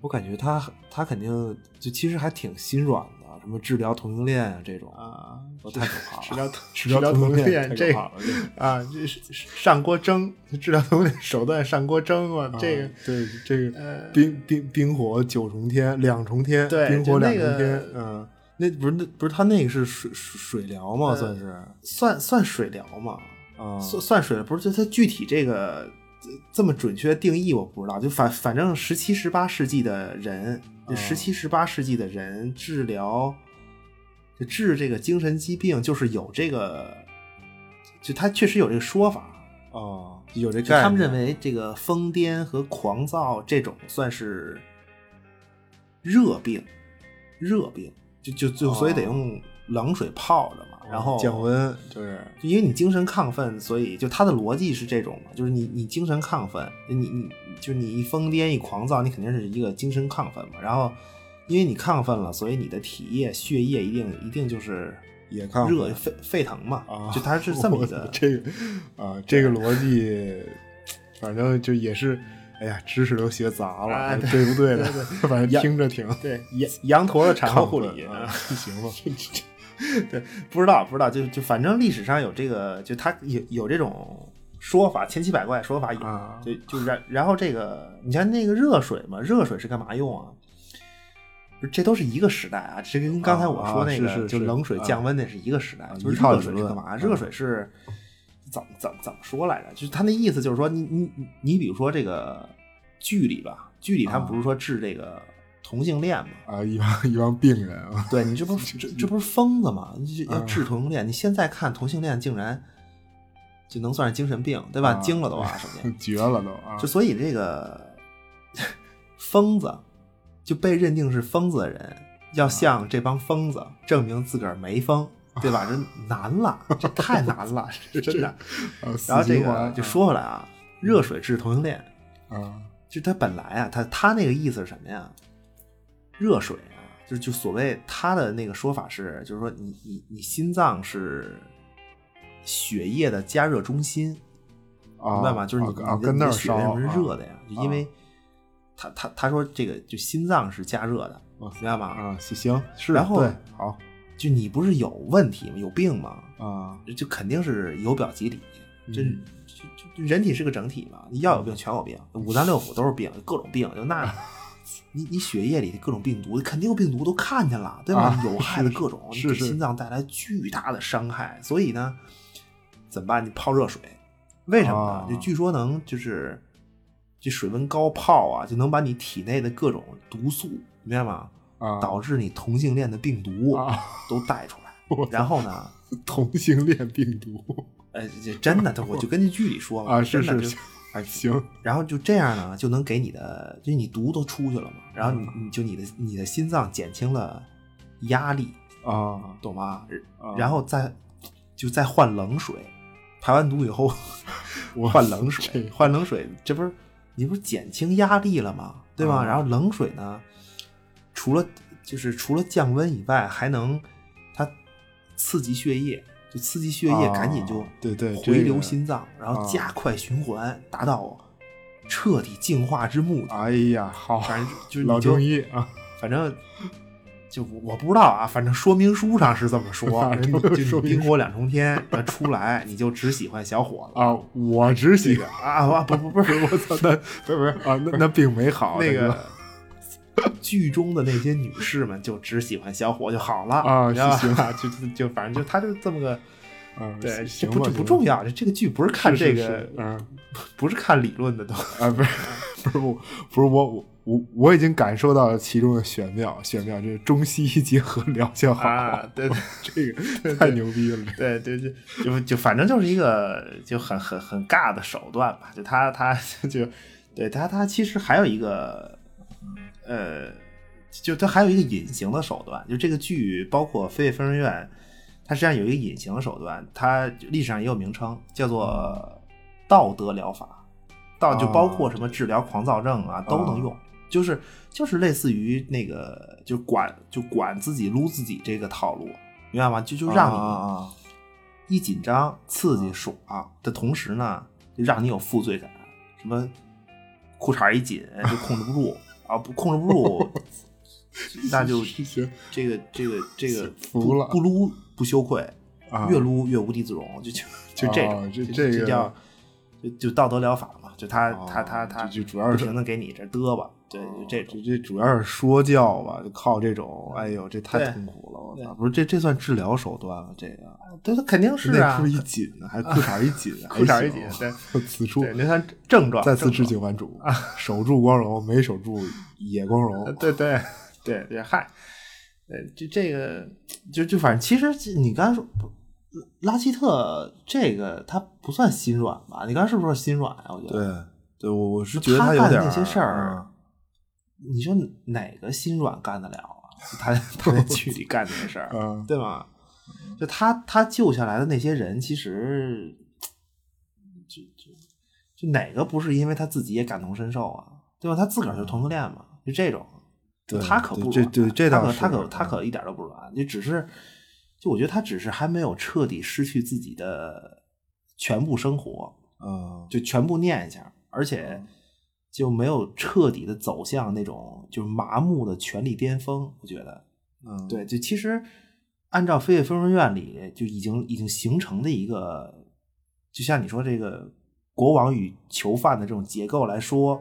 Speaker 3: 我感觉他他肯定就其实还挺心软的，什么治疗同性恋啊这种，
Speaker 2: 啊
Speaker 3: 我太可 怕了。
Speaker 2: 治疗
Speaker 3: 治
Speaker 2: 治疗
Speaker 3: 同
Speaker 2: 同性恋
Speaker 3: 太
Speaker 2: 这
Speaker 3: 可
Speaker 2: 个
Speaker 3: 怕了。这个
Speaker 2: 啊，这是上锅蒸，治疗同点手段上锅蒸啊，这个
Speaker 3: 啊对这个
Speaker 2: 呃
Speaker 3: 冰冰冰火九重天两重天，
Speaker 2: 对
Speaker 3: 冰火
Speaker 2: 就
Speaker 3: 两
Speaker 2: 那
Speaker 3: 重
Speaker 2: 个
Speaker 3: 天，嗯，那不是那不是他那个是水水水疗吗？
Speaker 2: 呃
Speaker 3: 算是
Speaker 2: 算算水疗嘛，
Speaker 3: 啊，
Speaker 2: 算算水疗不是？就它具体这个这这么准确的定义我不知道，就反反正十七十八世纪的人，
Speaker 3: 啊
Speaker 2: 十七十八世纪的人治疗就治这个精神疾病，就是有这个，就他确实有这个说法。
Speaker 3: 哦，有这
Speaker 2: 就
Speaker 3: 概念，
Speaker 2: 他们认为这个疯癫和狂躁这种算是热病，热病就就就
Speaker 3: 哦
Speaker 2: 所以得用冷水泡着嘛，然后
Speaker 3: 降温就是
Speaker 2: 就因为你精神亢奋，所以就他的逻辑是这种嘛，就是你你精神亢奋，你你就你一疯癫一狂躁，你肯定是一个精神亢奋嘛。然后因为你亢奋了，所以你的体液血液一定一定就是
Speaker 3: 也看过
Speaker 2: 热沸沸腾嘛，
Speaker 3: 啊，
Speaker 2: 就它是啊这 么一
Speaker 3: 我
Speaker 2: 个
Speaker 3: 这个啊，这个 逻辑，反正就也是，哎呀，知识都学杂了，
Speaker 2: 啊对
Speaker 3: 对不对呢？
Speaker 2: 对
Speaker 3: 反正
Speaker 2: 呀
Speaker 3: 听着挺
Speaker 2: 对羊羊驼的产后护理
Speaker 3: 亢奋啊，行 吧？
Speaker 2: 对， 不知道不知道，就就反正历史上有这个，就他有有这种说法，千奇百怪说法有，
Speaker 3: 啊
Speaker 2: 就就然然后这个，你像那个热水嘛，热水是干嘛用啊？不是这都是一个时代啊，这跟刚才我说那个、
Speaker 3: 啊啊是是
Speaker 2: 就是冷水降温那是一个时代，
Speaker 3: 啊
Speaker 2: 就是
Speaker 3: 一套
Speaker 2: 热
Speaker 3: 理
Speaker 2: 水是干
Speaker 3: 论
Speaker 2: 嘛？
Speaker 3: 啊
Speaker 2: 热水是怎么怎么怎么说来着？就是他那意思就是说，你你你你比如说这个剧里吧，剧里他们
Speaker 3: 啊
Speaker 2: 不是说治这个同性恋嘛？
Speaker 3: 啊，一帮一帮病人啊，
Speaker 2: 对你这不是这这不是疯子吗？你就要
Speaker 3: 啊
Speaker 2: 治同性恋，你现在看同性恋竟然就能算是精神病，对吧？
Speaker 3: 啊
Speaker 2: 惊了都啊，首 先
Speaker 3: 绝了都啊
Speaker 2: 就！所以这个 疯子就被认定是疯子的人，要向这帮疯子证明自个儿没疯，对吧？这难了，这太难了，这真的。
Speaker 3: 啊
Speaker 2: 然后
Speaker 3: 死
Speaker 2: 这
Speaker 3: 循环
Speaker 2: 个
Speaker 3: 啊
Speaker 2: 就说回来啊，热水治同性恋，
Speaker 3: 啊，
Speaker 2: 就他本来啊，他他那个意思是什么呀？热水啊，就就所谓他的那个说法是，就是说你你你心脏是血液的加热中心，明
Speaker 3: 明
Speaker 2: 白吗？就是你、
Speaker 3: 啊，
Speaker 2: 你的
Speaker 3: 跟
Speaker 2: 你
Speaker 3: 那儿
Speaker 2: 的血
Speaker 3: 烧啊
Speaker 2: 为什么是热
Speaker 3: 的
Speaker 2: 的呀？就因为他他他说这个就心脏是加热的，
Speaker 3: 哇塞
Speaker 2: 明白吗？
Speaker 3: 啊？行行是，
Speaker 2: 然后
Speaker 3: 对好
Speaker 2: 就你不是有问题吗？有病吗？
Speaker 3: 啊，
Speaker 2: 就肯定是有表及里，这、
Speaker 3: 嗯
Speaker 2: 这这这人体是个整体嘛，你要有病全有病，五脏六腑都是病，各种病就 那，你你血液里的各种病毒，肯定有病毒都看见了，对吧？
Speaker 3: 啊
Speaker 2: 有害的各种，
Speaker 3: 是
Speaker 2: 给
Speaker 3: 是
Speaker 2: 心脏带来巨大的伤害，所以呢，怎么办？你泡热水，为什么呢？
Speaker 3: 啊
Speaker 2: 就据说能就是这水温高泡啊，就能把你体内的各种毒素，明白吗？
Speaker 3: 啊
Speaker 2: 导致你同性恋的病毒
Speaker 3: 啊，
Speaker 2: 都带出 来，然后呢？
Speaker 3: 同性恋病毒
Speaker 2: 呃，这真 的，他我就根据剧里说嘛，
Speaker 3: 啊，是
Speaker 2: 哦真的
Speaker 3: 是
Speaker 2: 就，
Speaker 3: 行行
Speaker 2: 然后就这样呢，就能给你的，就你毒都出去了嘛，然后你你就你的你的心脏减轻了压力，
Speaker 3: 啊，
Speaker 2: 懂吗？
Speaker 3: 啊
Speaker 2: 然后再就再换冷水，排完毒以后
Speaker 3: 我
Speaker 2: 换冷
Speaker 3: 这
Speaker 2: 水，换冷水，这不是你不是减轻压力了吗？对吧？
Speaker 3: 啊
Speaker 2: 然后冷水呢，除了就是除了降温以外，还能它刺激血液，就刺激血液，
Speaker 3: 啊
Speaker 2: 赶紧就
Speaker 3: 对对
Speaker 2: 回
Speaker 3: 这
Speaker 2: 流
Speaker 3: 个
Speaker 2: 心脏，然后
Speaker 3: 啊
Speaker 2: 加快循环，达到彻底净化之目的。
Speaker 3: 哎呀，好，
Speaker 2: 反正就是你
Speaker 3: 老
Speaker 2: 就
Speaker 3: 中医啊，
Speaker 2: 反正就我我不知道啊，反正说明书上是这么说，
Speaker 3: 反
Speaker 2: 人
Speaker 3: 正
Speaker 2: 家
Speaker 3: 啊都
Speaker 2: 就是
Speaker 3: 说
Speaker 2: 你
Speaker 3: 明
Speaker 2: 冰火两重天，那出来你就只喜欢小伙子
Speaker 3: 啊，我只
Speaker 2: 这
Speaker 3: 喜
Speaker 2: 个啊啊不不不是，
Speaker 3: 我操， 那不是不是啊，那那并没好
Speaker 2: 那
Speaker 3: 大
Speaker 2: 个
Speaker 3: 哥
Speaker 2: 剧中的那些女士们就只喜欢小伙就好了
Speaker 3: 啊
Speaker 2: 你知道吧
Speaker 3: 行
Speaker 2: 就 就就反正就他就这么个
Speaker 3: 啊，
Speaker 2: 对，这
Speaker 3: 行
Speaker 2: 不
Speaker 3: 吧
Speaker 2: 这
Speaker 3: 行
Speaker 2: 不
Speaker 3: 吧
Speaker 2: 重要，这这个剧不是看
Speaker 3: 是
Speaker 2: 这个，
Speaker 3: 是是嗯
Speaker 2: 不是看理论的都。
Speaker 3: 啊，不是不是我不是我我我我已经感受到了其中的玄妙，玄妙这中西医结合疗效好，
Speaker 2: 啊，对对
Speaker 3: 这个太牛逼了。
Speaker 2: 对对对，就就反正就是一个就很很很尬的手段吧。就他他就对他他其实还有一个呃，就他还有一个隐形的手段。就这个剧包括《飞越疯人院》，它实际上有一个隐形的手段，它历史上也有名称，叫做道德疗法。道就包括什么治疗狂躁症啊，都能用。就是就是类似于那个，就管就管自己撸自己这个套路，明白吗？就就让你
Speaker 3: 啊
Speaker 2: 一紧张、刺激、爽的同时呢，就让你有负罪感，什么裤衩一紧就控制不 住啊，不控制不住，那就
Speaker 3: 行
Speaker 2: 这个这个这个
Speaker 3: 服
Speaker 2: 不
Speaker 3: 了
Speaker 2: 不撸不羞愧，
Speaker 3: 啊，
Speaker 2: 越撸越无地自容，就就就这种，
Speaker 3: 哦
Speaker 2: 就
Speaker 3: 这
Speaker 2: 就
Speaker 3: 这个
Speaker 2: 叫就就道德疗法嘛，就他
Speaker 3: 哦
Speaker 2: 他他他
Speaker 3: 就就啊主
Speaker 2: 不
Speaker 3: 要是呃
Speaker 2: 停的给你这嘚吧，对，就这种
Speaker 3: 这这主要是说教吧，就靠这种，哎呦，这太
Speaker 2: 对
Speaker 3: 痛苦了，我
Speaker 2: 对
Speaker 3: 操！不是这这算治疗手段了，这个
Speaker 2: 对，他肯定是
Speaker 3: 内
Speaker 2: 啊
Speaker 3: 裤，一紧呢，还裤衩一紧，
Speaker 2: 裤衩一
Speaker 3: 还
Speaker 2: 紧
Speaker 3: 行，
Speaker 2: 对
Speaker 3: 此处
Speaker 2: 对，那算症状，
Speaker 3: 再次
Speaker 2: 症
Speaker 3: 致
Speaker 2: 状
Speaker 3: 敬版主，守住光荣，没守住也光
Speaker 2: 呃
Speaker 3: 荣。
Speaker 2: 对 对对对，嗨，呃，这这个就就反正其实这你刚才说不拉希特这个他不算心软吧？你刚才是不是说心软啊？我觉得，
Speaker 3: 对，对我我是觉得
Speaker 2: 他
Speaker 3: 有
Speaker 2: 干
Speaker 3: 点
Speaker 2: 那些事儿
Speaker 3: 嗯
Speaker 2: 你说哪个心软干得了啊？就 他他在剧里干这些事儿，
Speaker 3: 嗯
Speaker 2: 对吗？就他他救下来的那些人，其实就就就哪个不是因为他自己也感同身受啊？对吧？他自个儿就同性恋嘛，就这种，
Speaker 3: 对
Speaker 2: 他可不
Speaker 3: 对
Speaker 2: 软
Speaker 3: 这对这
Speaker 2: 他
Speaker 3: 倒
Speaker 2: 可他
Speaker 3: 是啊
Speaker 2: 可他可一点都不软，就只是就我觉得他只是还没有彻底失去自己的全部生活，
Speaker 3: 嗯，
Speaker 2: 就全部念一下，而且就没有彻底的走向那种就是麻木的权力巅峰。我觉得，
Speaker 3: 嗯，
Speaker 2: 对，就其实按照《飞越疯人院》里就已经已经形成的一个，就像你说这个国王与囚犯的这种结构来说，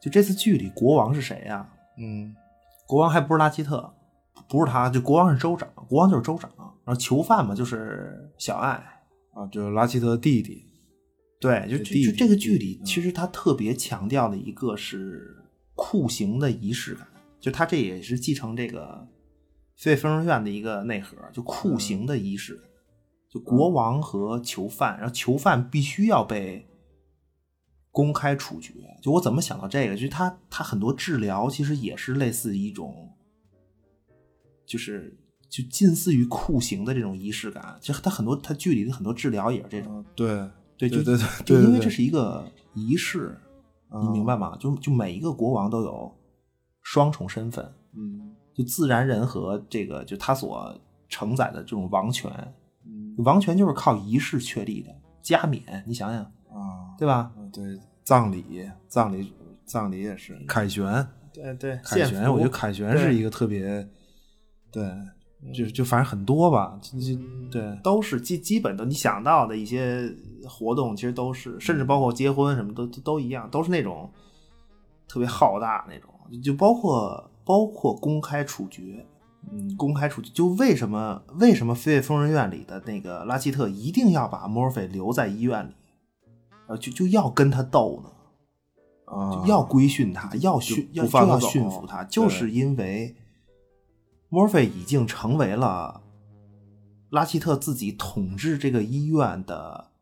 Speaker 2: 就这次剧里国王是谁呀、
Speaker 3: 嗯，
Speaker 2: 国王还不是拉基特，不是他，就国王是州长，国王就是州长，然后囚犯嘛就是小爱，
Speaker 3: 啊，就是拉希特的弟弟，
Speaker 2: 对，就
Speaker 3: 这
Speaker 2: 就就
Speaker 3: 嗯地理
Speaker 2: 这个
Speaker 3: 地
Speaker 2: 剧
Speaker 3: 理
Speaker 2: 里，
Speaker 3: 嗯
Speaker 2: 其实他特别强调的一个是酷刑的仪式感，就他这也是继承这个《狒狒疯人院》的一个内核，就酷刑的仪式感，就
Speaker 3: 嗯
Speaker 2: 国王和囚犯，然后囚犯必须要被公开处决。就我怎么想到这个，就是他他很多治疗其实也是类似一种，就是。就近似于酷刑的这种仪式感，就他很多他剧里的很多治疗也是这种，
Speaker 3: 嗯，对，
Speaker 2: 对，就就
Speaker 3: 对对对对
Speaker 2: 因为
Speaker 3: 对
Speaker 2: 这是一个仪式，你
Speaker 3: 嗯
Speaker 2: 明白吗？就就每一个国王都有双重身份，
Speaker 3: 嗯
Speaker 2: 就自然人和这个就他所承载的这种王权，
Speaker 3: 嗯
Speaker 2: 王权就是靠仪式确立的，加冕，你想想，
Speaker 3: 啊，
Speaker 2: 对吧？
Speaker 3: 嗯对，葬礼，葬礼，葬礼也是凯旋，
Speaker 2: 对对，
Speaker 3: 凯旋，我觉得凯旋是
Speaker 2: 对
Speaker 3: 一个特别，对，就就反正很多吧，就就
Speaker 2: 嗯
Speaker 3: 对，
Speaker 2: 都是基基本的，你想到的一些活动，其实都是，甚至
Speaker 3: 嗯
Speaker 2: 包括结婚什么都都都一样，都是那种特别浩大那种，就包括包括公开处决，嗯，公开处决，就为什么为什么《飞越疯人院》里的那个拉希特一定要把墨菲留在医院里，呃，就就要跟他斗呢？
Speaker 3: 啊，
Speaker 2: 就要规训他，要训
Speaker 3: 就
Speaker 2: 要就
Speaker 3: 不放
Speaker 2: 要
Speaker 3: 他走
Speaker 2: 驯服他，就
Speaker 3: 对
Speaker 2: 是因为墨菲已经成为了拉希特自己统治这个医院的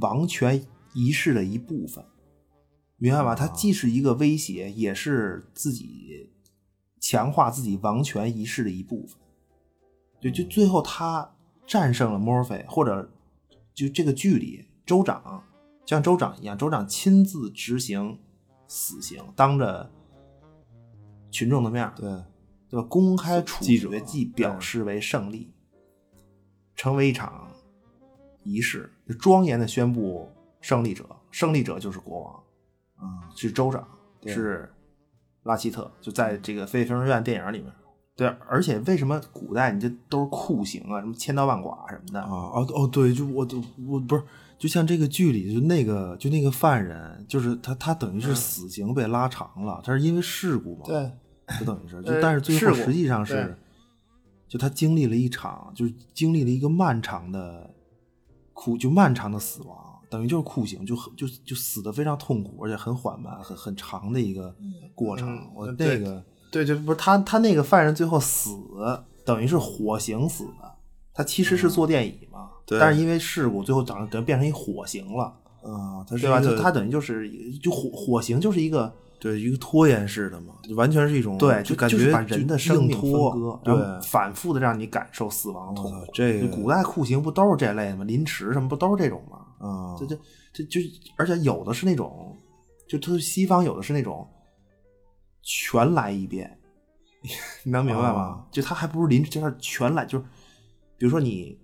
Speaker 2: 王权仪式的一部分，明白吧？他既是一个威胁，也是自己强化自己王权仪式的一部分。对，就最后他战胜了墨菲，或者就这个剧里州长，就像州长一样，州长亲自执行死刑，当着群众的面儿，
Speaker 3: 对，
Speaker 2: 对吧？公开处
Speaker 3: 记者嗯
Speaker 2: 决即表示为胜利，成为一场仪式，就庄严的宣布胜利者，胜利者就是国王，
Speaker 3: 啊
Speaker 2: 是州长，
Speaker 3: 对
Speaker 2: 是拉希特，就在这个《飞飞人院》电影里面，对，而且为什么古代你这都是酷刑啊，什么千刀万剐什么的？
Speaker 3: 啊哦哦，对，就我我不是，就像这个剧里就那个就那个犯人，就是他他等于是死刑被拉长了，他是因为事故嘛，，
Speaker 2: 嗯对，
Speaker 3: 就等于是，
Speaker 2: 呃
Speaker 3: 就但是最
Speaker 2: 事
Speaker 3: 后
Speaker 2: 故
Speaker 3: 实际上
Speaker 2: 对
Speaker 3: 是，就他经历了一场，就是经历了一个漫长的苦，就漫长的死亡，等于就是酷刑，就很就就死的非常痛苦，而且很缓慢，很很长的一个过程。
Speaker 2: 嗯
Speaker 3: 我
Speaker 2: 嗯
Speaker 3: 那
Speaker 2: 对
Speaker 3: 个
Speaker 2: 对，就不是他他那个犯人最后死，等于是火刑死的，他其实是坐电椅嘛，
Speaker 3: 嗯对
Speaker 2: 但是因为事故，最后等等于变成一火刑了，
Speaker 3: 啊，他是
Speaker 2: 对吧？
Speaker 3: 一
Speaker 2: 就
Speaker 3: 个
Speaker 2: 他等于就是就火火刑就是一个
Speaker 3: 对一个拖延式的嘛，就完全是一种
Speaker 2: 对，
Speaker 3: 就
Speaker 2: 就
Speaker 3: 感
Speaker 2: 就
Speaker 3: 觉
Speaker 2: 是把人的
Speaker 3: 就
Speaker 2: 生
Speaker 3: 硬
Speaker 2: 命分
Speaker 3: 拖
Speaker 2: 割，，
Speaker 3: 对
Speaker 2: 然后反复的让你感受死亡的痛
Speaker 3: 我
Speaker 2: 苦
Speaker 3: 操。这个
Speaker 2: 就古代酷刑不都是这类的吗？凌迟什么不都是这种吗？
Speaker 3: 啊，
Speaker 2: 这这这就而且有的是那种，就他西方有的是那种全来一遍， 你能明白吗
Speaker 3: 啊？
Speaker 2: 就他还不如临就是全来，就是比如说你，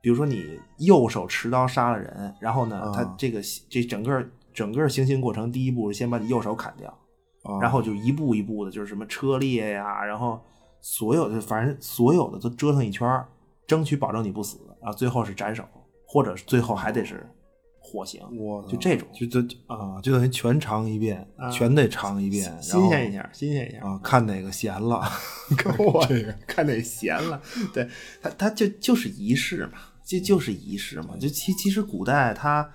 Speaker 2: 比如说你右手持刀杀了人，然后呢，
Speaker 3: 啊
Speaker 2: 他这个这整个整个行刑过程，第一步是先把你右手砍掉，
Speaker 3: 啊
Speaker 2: 然后就一步一步的，就是什么车裂呀，然后所有的反正所有的都折腾一圈儿，争取保证你不死，然后最后是斩首，或者是最后还得是火刑，
Speaker 3: 我
Speaker 2: 就
Speaker 3: 操
Speaker 2: 这种
Speaker 3: 就这啊，就等于全尝一遍，
Speaker 2: 啊
Speaker 3: 全得尝一遍，
Speaker 2: 新鲜一 下，新鲜一下。
Speaker 3: 啊，看哪个咸了，
Speaker 2: 我看那闲了，对他，他就就是仪式嘛，就就是仪式嘛，就其其实古代他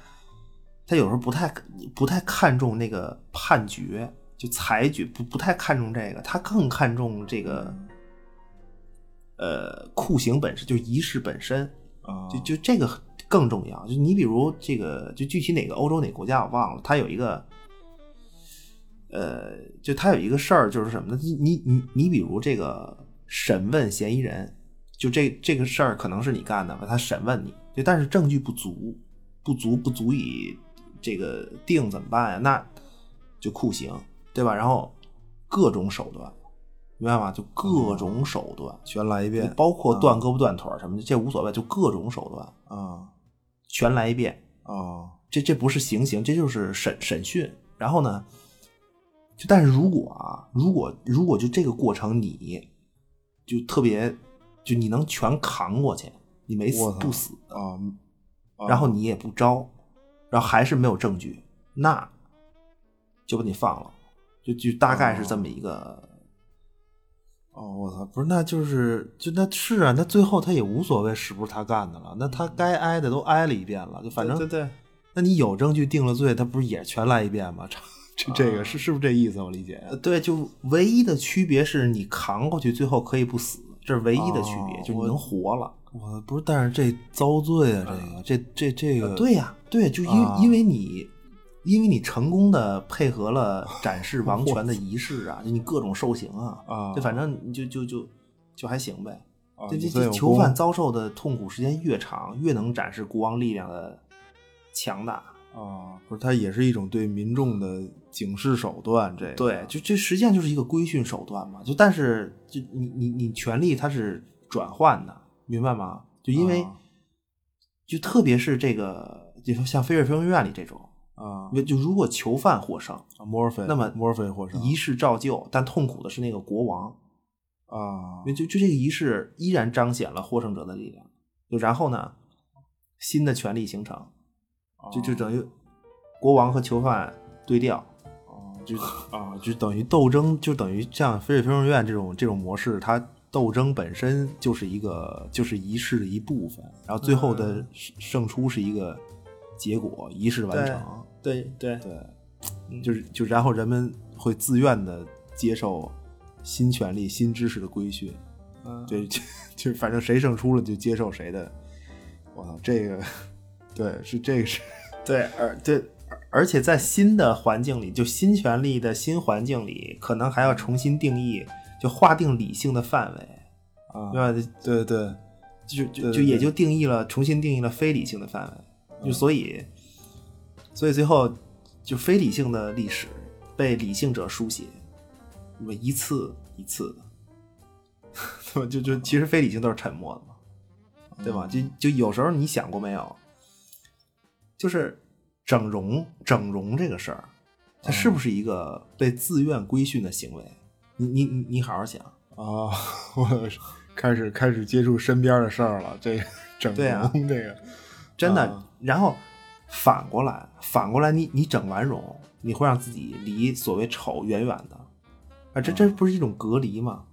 Speaker 2: 他有时候不太不太看重那个判决，就裁决不不太看重这个，他更看重这个呃酷刑本身，就仪式本身，
Speaker 3: 啊，
Speaker 2: 就就这个更重要。就你比如这个，就具体哪个欧洲哪个国家我忘了，它有一个，呃，就它有一个事儿，就是什么呢？你你你你比如这个审问嫌疑人，就这这个事儿可能是你干的吧？他审问你，就但是证据不足，不足不足以这个定怎么办呀？那就酷刑，对吧？然后各种手段，明白吗？就各种手段。
Speaker 3: 全来一
Speaker 2: 就
Speaker 3: 遍
Speaker 2: 包括断胳膊断腿儿什么的，这无所谓，就各种手段
Speaker 3: 啊
Speaker 2: 全来一遍。
Speaker 3: 啊
Speaker 2: 这这不是行刑，这就是审审讯。然后呢，就但是如果啊，如果如果就这个过程你就特别，就你能全扛过去，你没死
Speaker 3: 我操
Speaker 2: 不死，
Speaker 3: 啊，啊
Speaker 2: 然后你也不招，然后还是没有证据，那就把你放了，就就大概是这么一个。
Speaker 3: 哦，我操，不是，那就是就那是啊，那最后他也无所谓是不是他干的了，那他该挨的都挨了一遍了，就反正
Speaker 2: 对，
Speaker 3: 那你有证据定了罪，他不是也全来一遍吗？这这这个是是不是这意思？我理解
Speaker 2: 啊呃，对，就唯一的区别是你扛过去，最后可以不死，这是唯一的区别，
Speaker 3: 哦
Speaker 2: 就是你能活了。嗯
Speaker 3: 我不是，但是这遭罪啊，这个这这这个
Speaker 2: 呃对呀、对，就因、
Speaker 3: 啊
Speaker 2: 因为你，因为你成功的配合了展示王权的仪式啊，就你各种受刑啊，
Speaker 3: 啊，
Speaker 2: 就反正你就就就就还行呗。
Speaker 3: 啊
Speaker 2: 这这
Speaker 3: 有罪
Speaker 2: 这
Speaker 3: 有
Speaker 2: 囚
Speaker 3: 功
Speaker 2: 犯遭受的痛苦时间越长，越能展示国王力量的强大。
Speaker 3: 啊，不是，它也是一种对民众的警示手段，这个
Speaker 2: 对，就这实际上就是一个规训手段嘛。就但是就你你你权力它是转换的，明白吗？就因为、
Speaker 3: 啊
Speaker 2: 就特别是这个，就说像《飞越飞行院》里这种，
Speaker 3: 啊，
Speaker 2: 就如果囚犯获胜，
Speaker 3: 墨菲，
Speaker 2: 那么
Speaker 3: 墨菲获胜
Speaker 2: 仪式照旧，但痛苦的是那个国王，
Speaker 3: 啊
Speaker 2: 因为就就这个仪式依然彰显了获胜者的力量。就然后呢，新的权力形成，
Speaker 3: 啊
Speaker 2: 就就等于国王和囚犯对调，
Speaker 3: 啊，就啊，就等于斗争，就等于像菲律宾学院这种这种模式，它斗争本身就是一个就是仪式的一部分，然后最后的胜胜出是一个结果，仪式完成，
Speaker 2: 嗯对对
Speaker 3: 对，
Speaker 2: 嗯
Speaker 3: 就是就然后人们会自愿的接受新权利、新知识的规训，
Speaker 2: 嗯
Speaker 3: 对，就就反正谁胜出了就接受谁的。我操，这个对是这个是
Speaker 2: 对，而对，而而且在新的环境里，就新权利的新环境里，可能还要重新定义，就划定理性的范围，
Speaker 3: 啊
Speaker 2: 对吧？
Speaker 3: 对对
Speaker 2: 就就
Speaker 3: 对
Speaker 2: 就
Speaker 3: 对嗯
Speaker 2: 也就定义了，重新定义了非理性的范围，就所以，所以最后就非理性的历史被理性者书写，那么一次一次 的，就就其实非理性都是沉默的嘛，对吧？就就有时候你想过没有，就是整容整容这个事儿，它是不是一个被自愿规训的行为？你你你你好好想，
Speaker 3: 啊， 我开始开始接触身边的事儿了，这个整
Speaker 2: 对啊
Speaker 3: 容这个，
Speaker 2: 真的。
Speaker 3: 啊
Speaker 2: 然后反过来，反过来你你整完容，你会让自己离所谓丑远远的，啊，这这不是一种隔离吗？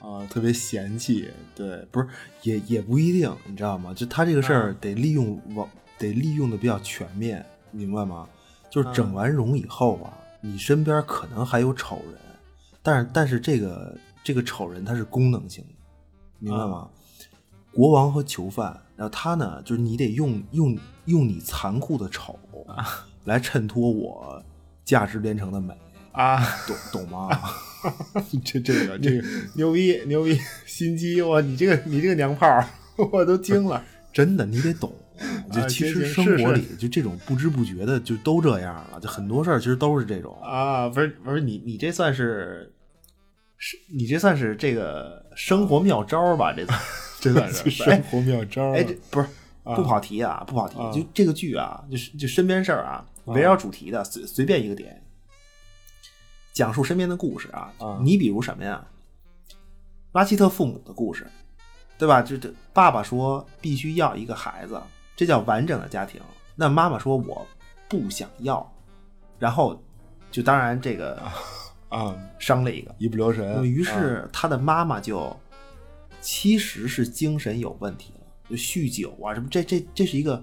Speaker 3: 啊，特别嫌弃，对，不是也也不一定，你知道吗？就他这个事儿得利用网，得利用的比较全面，明白吗？就是整完容以后啊，你身边可能还有丑人，但是但是这个这个丑人他是功能性的，明白吗？国王和囚犯，然后他呢，就是你得用用用你残酷的丑来衬托我价值连城的美，
Speaker 2: 啊，
Speaker 3: 懂懂吗？
Speaker 2: 这这个
Speaker 3: 这个 牛逼牛逼，心机哇！你这个你这个娘炮儿， 我都惊了。
Speaker 2: 真的你得 懂。就
Speaker 3: 啊
Speaker 2: 其
Speaker 3: 行
Speaker 2: 实生
Speaker 3: 行是
Speaker 2: 活
Speaker 3: 是
Speaker 2: 里就这种不知不觉的就都这样了，就很多事儿其实都是这种。
Speaker 3: 啊，不是不是你你这算是，
Speaker 2: 是你这算是这个生活妙招儿吧？这 算
Speaker 3: 这算
Speaker 2: 就是是
Speaker 3: 生活妙招儿了
Speaker 2: 哎，这不是不跑题啊，不跑题。
Speaker 3: 哦啊
Speaker 2: 就这个剧啊，就是就身边事儿啊，围绕主题的随随便一个点，讲述身边的故事啊。
Speaker 3: 啊
Speaker 2: 你比如什么呀？拉希特父母的故事，对吧？就这爸爸说必须要一个孩子，这叫完整的家庭。那妈妈说我不想要，然后就当然这个
Speaker 3: 啊，
Speaker 2: 伤了一个。
Speaker 3: 一不留
Speaker 2: 那么
Speaker 3: 神，
Speaker 2: 于
Speaker 3: 啊
Speaker 2: 是他的妈妈就其实是精神有问题了，就酗酒啊什么，这这这是一个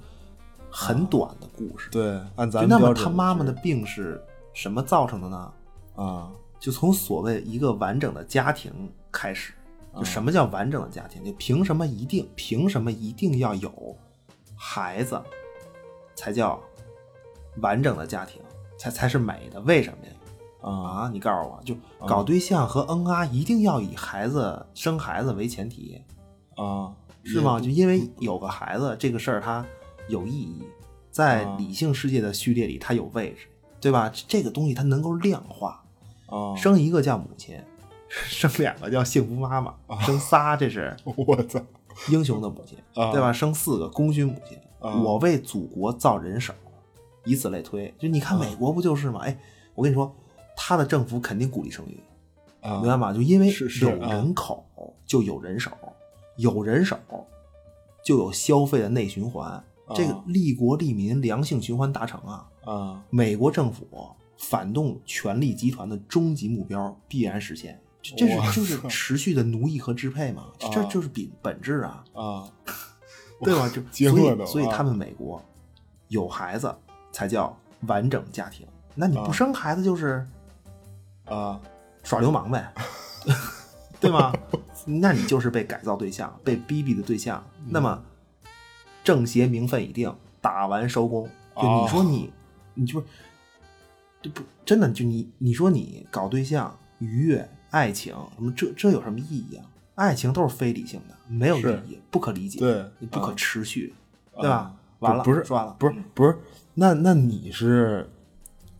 Speaker 2: 很短的故事。
Speaker 3: 啊对，按咱
Speaker 2: 就
Speaker 3: 们
Speaker 2: 那么
Speaker 3: 标准
Speaker 2: 他妈妈
Speaker 3: 是
Speaker 2: 的病是什么造成的呢？
Speaker 3: 啊，
Speaker 2: 就从所谓一个完整的家庭开始，
Speaker 3: 啊
Speaker 2: 就什么叫完整的家庭？就凭什么一定凭什么一定要有孩子才叫完整的家庭，才才是美的？为什么呀？
Speaker 3: 啊
Speaker 2: 啊，你告诉我就搞对象和恩啊，一定要以孩子生孩子为前提，
Speaker 3: 啊，
Speaker 2: 是吗？就因为有个孩子这个事儿，它有意义，在
Speaker 3: 啊
Speaker 2: 理性世界的序列里，它有位置，对吧？这个东西它能够量化，
Speaker 3: 啊，
Speaker 2: 生一个叫母亲，生两个叫幸福妈妈， 生仨这是
Speaker 3: 我 操
Speaker 2: 英雄的母亲，
Speaker 3: 啊
Speaker 2: 对吧？生四个功勋母亲，
Speaker 3: 啊
Speaker 2: 我为祖国造人手，以此类推。就你看美国不就是吗？哎，我跟你说，他的政府肯定鼓励生育。
Speaker 3: 啊
Speaker 2: 明白吗？就因为
Speaker 3: 是啊是
Speaker 2: 有人口就有人手，有人手就有消费的内循环，这个利国利民良性循环达成啊！
Speaker 3: 啊
Speaker 2: 美国政府反动权力集团的终极目标必然实现，这这
Speaker 3: 哇
Speaker 2: 是就是持续的奴役和支配嘛？这这
Speaker 3: 啊
Speaker 2: 就是本本质啊，
Speaker 3: 啊，
Speaker 2: 对 吧？就
Speaker 3: 惊
Speaker 2: 所
Speaker 3: 了
Speaker 2: 以
Speaker 3: 都
Speaker 2: 所以
Speaker 3: 啊
Speaker 2: 他们美国有孩子才叫完整家庭，那你不生孩子就是
Speaker 3: 啊
Speaker 2: 耍流氓 呗，对吗？那你就是被改造对象，被逼逼的对象。
Speaker 3: 嗯
Speaker 2: 那么正邪名分已定，打完收工。就
Speaker 3: 哦
Speaker 2: 你说你，你就是这不真的就你你说你搞对象愉悦爱情什么这这有什么意义啊？爱情都是非理性的，没有意
Speaker 3: 是
Speaker 2: 义，不可理解，
Speaker 3: 对
Speaker 2: 你不可
Speaker 3: 啊
Speaker 2: 持续，对吧？完了，
Speaker 3: 不是
Speaker 2: 说完了，
Speaker 3: 不是不是，那那你是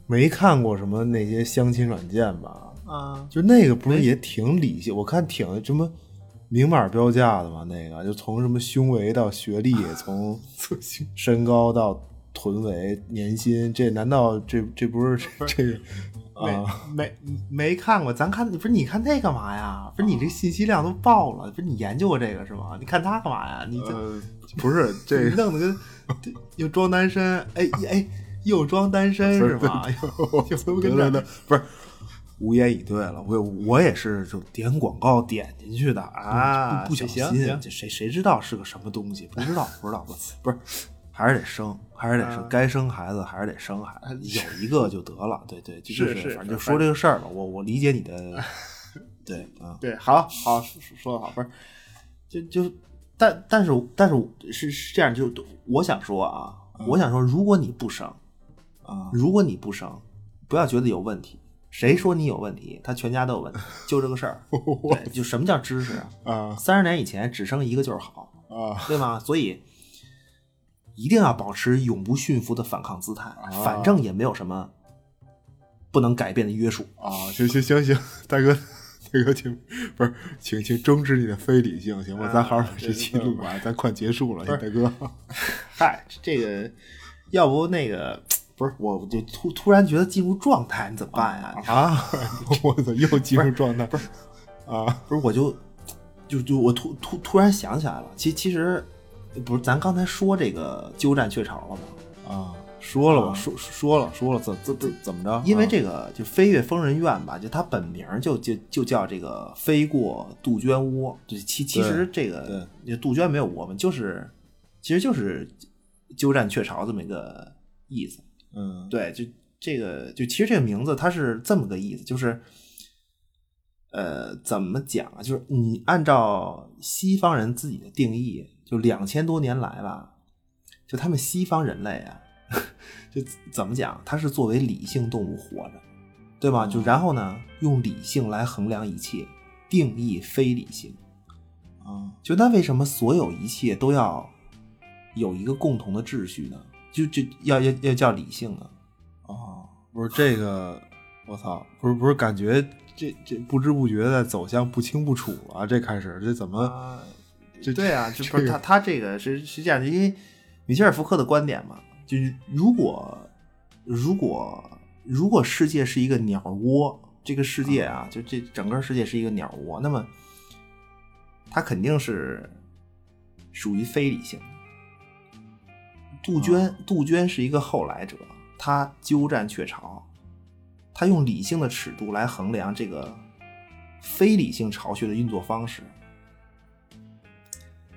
Speaker 3: 没看过什么那些相亲软件吧？
Speaker 2: 啊，
Speaker 3: 就那个不是也挺理性，我看挺什么明码标价的嘛，那个就从什么胸围到 学历，从身高到臀围、年薪，这难道这这不是这个
Speaker 2: 没
Speaker 3: 啊
Speaker 2: 呃没 没看过，咱看不是你看那干嘛呀？不是你这信息量都爆了，不是你研究过这个是吗？你看他干嘛呀？你这、
Speaker 3: 哦呃不是 这
Speaker 2: 你弄得跟 对又装单身，哎哎又装单身是 吗？又又都跟
Speaker 3: 得了
Speaker 2: 这
Speaker 3: 得不是无言以对了，我我也是就点广告点进去的
Speaker 2: 啊
Speaker 3: 不不小心，
Speaker 2: 行行
Speaker 3: 这谁谁知道是个什么东西？不知道，不知道，不 不是，还是得生，还是得生，
Speaker 2: 啊
Speaker 3: 该生孩子还是得生孩子，有一个就得了。对对，就是
Speaker 2: 是
Speaker 3: 反正就说这个事儿吧，我我理解 你的，对啊，
Speaker 2: 对，好好说说的好，不是就就但但是但是是是这样，就我想说啊，我想说，如果你不生
Speaker 3: 嗯啊，
Speaker 2: 如果你不生，不要觉得有问题。谁说你有问题？他全家都有问题，就这个 事儿。对，就什么叫知识啊？
Speaker 3: 啊
Speaker 2: 三十年以前只生一个就是好，
Speaker 3: 啊
Speaker 2: 对吗？所以一定要保持永不驯服的反抗姿态，
Speaker 3: 啊
Speaker 2: 反正也没有什么不能改变的约束。
Speaker 3: 啊！行行行行，大哥。大哥，请不是，请请终止你的非理性，行吗？咱好好把这期录完，咱快结束了，大哥。
Speaker 2: 嗨，这个要不那个不是，我就突
Speaker 3: 啊
Speaker 2: 突然觉得进入状态，你怎么办呀？
Speaker 3: 啊！我操，又进入状态，不是啊，
Speaker 2: 不是，我就就就我突突突然想起来了，其其实不是，咱刚才说这个鸠占鹊巢了吗？
Speaker 3: 啊，说了吧，
Speaker 2: 啊
Speaker 3: 说说了说了，怎怎怎怎么着？
Speaker 2: 因为
Speaker 3: 啊
Speaker 2: 这个就飞越疯人院吧，就它本名就就就叫这个飞过杜鹃窝。就其其实这个杜鹃没有窝嘛，就是其实就是鸠占鹊巢这么一个意思。
Speaker 3: 嗯
Speaker 2: 对，就这个就其实这个名字它是这么个意思，就是呃怎么讲啊？就是你按照西方人自己的定义，就两千多年来吧，就他们西方人类啊， 就怎么讲，它是作为理性动物活着，对吧？就然后呢，用理性来衡量一切，定义非理性。
Speaker 3: 啊
Speaker 2: 就那为什么所有一切都要有一个共同的秩序呢？就就要要要叫理性啊？
Speaker 3: 啊，不是这个，我操，不是不是，感觉这这不知不觉在走向不清不楚了、这开始这怎么
Speaker 2: 啊，
Speaker 3: 这
Speaker 2: 对啊，就不
Speaker 3: 这
Speaker 2: 是
Speaker 3: 个
Speaker 2: 他他这个是是这样的，因为米切尔·福克的观点嘛，就是如果如果如果世界是一个鸟窝，这个世界
Speaker 3: 嗯
Speaker 2: 啊，就这整个世界是一个鸟窝，那么它肯定是属于非理性的。
Speaker 3: 嗯
Speaker 2: 杜鹃，杜鹃是一个后来者，她鸠占鹊巢，她用理性的尺度来衡量这个非理性巢穴的运作方式。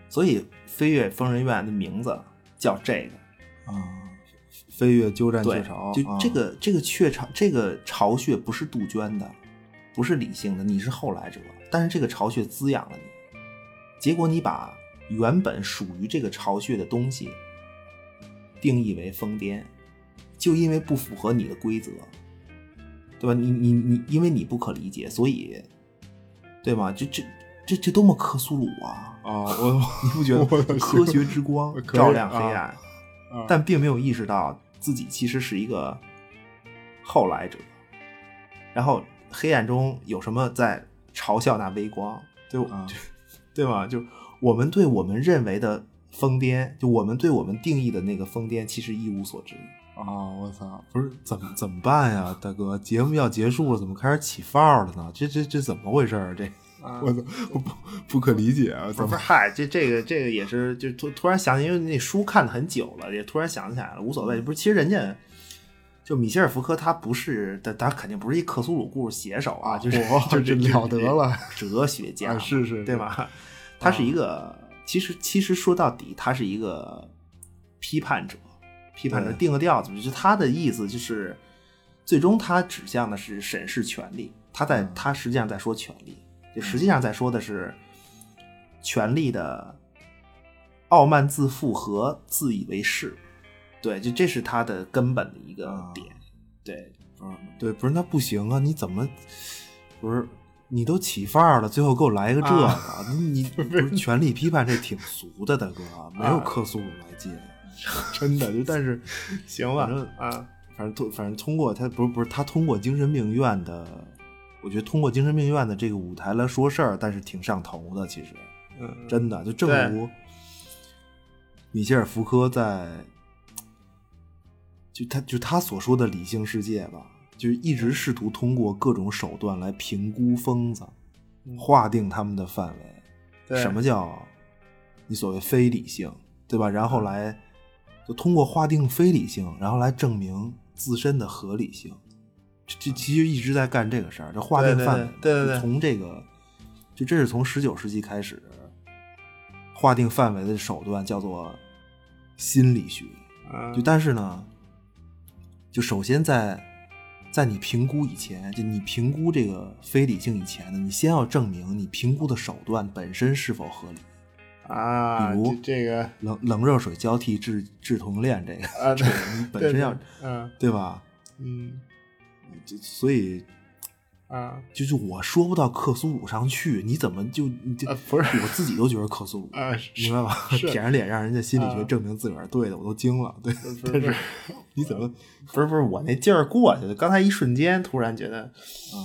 Speaker 2: 所以飞越疯人院的名字叫这个，
Speaker 3: 啊？飞跃鸠占鹊
Speaker 2: 对
Speaker 3: 巢，，
Speaker 2: 就
Speaker 3: 啊
Speaker 2: 这个、这个雀巢这个巢穴不是杜鹃的，不是理性的，你是后来者，但是这个巢穴滋养了你，结果你把原本属于这个巢穴的东西定义为疯癫，就因为不符合你的规则，对吧？你你你，因为你不可理解，所以，对吗？这这这这多么克苏鲁啊！
Speaker 3: 啊，我
Speaker 2: 你不觉
Speaker 3: 我
Speaker 2: 得科学之光
Speaker 3: 可以
Speaker 2: 照亮黑暗，
Speaker 3: 啊
Speaker 2: 但并没有意识到自己其实是一个后来者。然后黑暗中有什么在嘲笑那微光？对、
Speaker 3: 啊
Speaker 2: 对吗？就我们对我们认为的疯癫，就我们对我们定义的那个疯癫，其实一无所知。
Speaker 3: 啊，
Speaker 2: 哦
Speaker 3: 我操，不是怎么怎么办呀，大哥，节目要结束了，怎么开始起范儿了呢？这这这怎么回事儿？啊这我操，我不不可理解啊，
Speaker 2: 不嗯
Speaker 3: 怎
Speaker 2: 是不
Speaker 3: 么
Speaker 2: 是，嗨，这这个这个也是，就突突然想起，因为那书看的很久了，也突然想起来了，无所谓。不是，其实人家就米歇尔·福柯，他不是，他他肯定不是一克苏鲁故事写手啊，就是
Speaker 3: 嚯
Speaker 2: 就是
Speaker 3: 这了得了，
Speaker 2: 哲学家
Speaker 3: 啊
Speaker 2: 嘛，
Speaker 3: 是是
Speaker 2: 对
Speaker 3: 是
Speaker 2: 吧？ 他是一
Speaker 3: 啊
Speaker 2: 个，其实其实说到底，他是一个批判者，批判者
Speaker 3: 对
Speaker 2: 定个调子，就是他的意思就是，最终他指向的是审视权利，他在、
Speaker 3: 嗯
Speaker 2: 他实际上在说权利，就实际上在说的是权利的傲慢自负和自以为是，对，就这是他的根本的一个
Speaker 3: 啊
Speaker 2: 点，对，
Speaker 3: 嗯对，不是那不行啊，你怎么不是？你都起范儿了，最后给我来一个这
Speaker 2: 啊
Speaker 3: 个， 你你不是权力批判这挺俗的，大哥，啊没
Speaker 2: 啊
Speaker 3: 有克苏鲁来劲，真的。就但是
Speaker 2: 行
Speaker 3: 吧
Speaker 2: 啊，
Speaker 3: 反正通反正通过他不是不是他通过精神病院的，我觉得通过精神病院的这个舞台来说事儿，但是挺上头的，其实
Speaker 2: 嗯，
Speaker 3: 真的就正
Speaker 2: 对
Speaker 3: 如米歇尔福柯在就他就他所说的理性世界吧，就一直试图通过各种手段来评估疯子，划定他们的范围，
Speaker 2: 对
Speaker 3: 什么叫你所谓非理性，对吧？然后来就通过划定非理性，然后来证明自身的合理性。这这其实一直在干这个事儿，就划定范围嘛，
Speaker 2: 对对对对对对
Speaker 3: 就从这个就这是从十九世纪开始划定范围的手段，叫做心理学。
Speaker 2: 啊
Speaker 3: 就但是呢，就首先在在你评估以前，就你评估这个非理性以前呢，你先要证明你评估的手段本身是否合理。
Speaker 2: 啊，
Speaker 3: 比如
Speaker 2: 这这个
Speaker 3: 冷冷热水交替制制同恋这个，
Speaker 2: 啊，对，
Speaker 3: 你本身要
Speaker 2: 对对嗯
Speaker 3: 对吧？
Speaker 2: 嗯
Speaker 3: 就所以
Speaker 2: 啊
Speaker 3: 就是我说不到克苏鲁上去，你怎么就你就、
Speaker 2: 啊不是
Speaker 3: 我自己都觉得克苏鲁，
Speaker 2: 啊，是
Speaker 3: 明白吧？
Speaker 2: 是呃
Speaker 3: 舔着脸让人家心理学
Speaker 2: 啊
Speaker 3: 证明自个儿对的，我都惊了。对，
Speaker 2: 不
Speaker 3: 但
Speaker 2: 是
Speaker 3: 是你怎么
Speaker 2: 不是不是，我那劲儿过去了，刚才一瞬间突然觉得，
Speaker 3: 啊？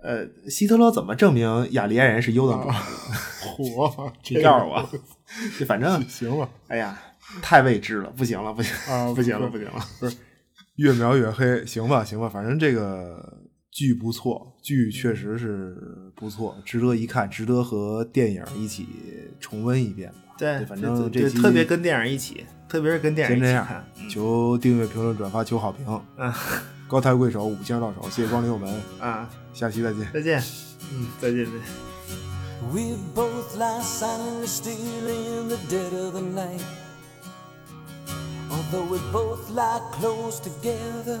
Speaker 2: 呃，希特勒怎么证明雅利安人是优等种族？
Speaker 3: 火，
Speaker 2: 你告诉我，就反 正
Speaker 3: 行吧？
Speaker 2: 哎呀，太未知了，不行了，不行
Speaker 3: 啊
Speaker 2: 哦不行了，不
Speaker 3: 不
Speaker 2: 行了，
Speaker 3: 越描越黑，行吧，行吧，反正这个剧不错，剧确实是不错，值得一看，值得和电影一起重温一遍吧。
Speaker 2: 对，
Speaker 3: 反正
Speaker 2: 这
Speaker 3: 期
Speaker 2: 特别跟电影一起，特别是跟电影
Speaker 3: 先
Speaker 2: 一
Speaker 3: 这
Speaker 2: 起
Speaker 3: 样
Speaker 2: 看。嗯，
Speaker 3: 求订阅、评论、转发，求好评。
Speaker 2: 嗯，
Speaker 3: 高抬贵手，五星到手，谢谢光临我们，
Speaker 2: 啊，
Speaker 3: 下期再见。
Speaker 2: 再见，嗯，再见，再见。
Speaker 1: We both lie silently still in the dead of the night. Although we both lie close together,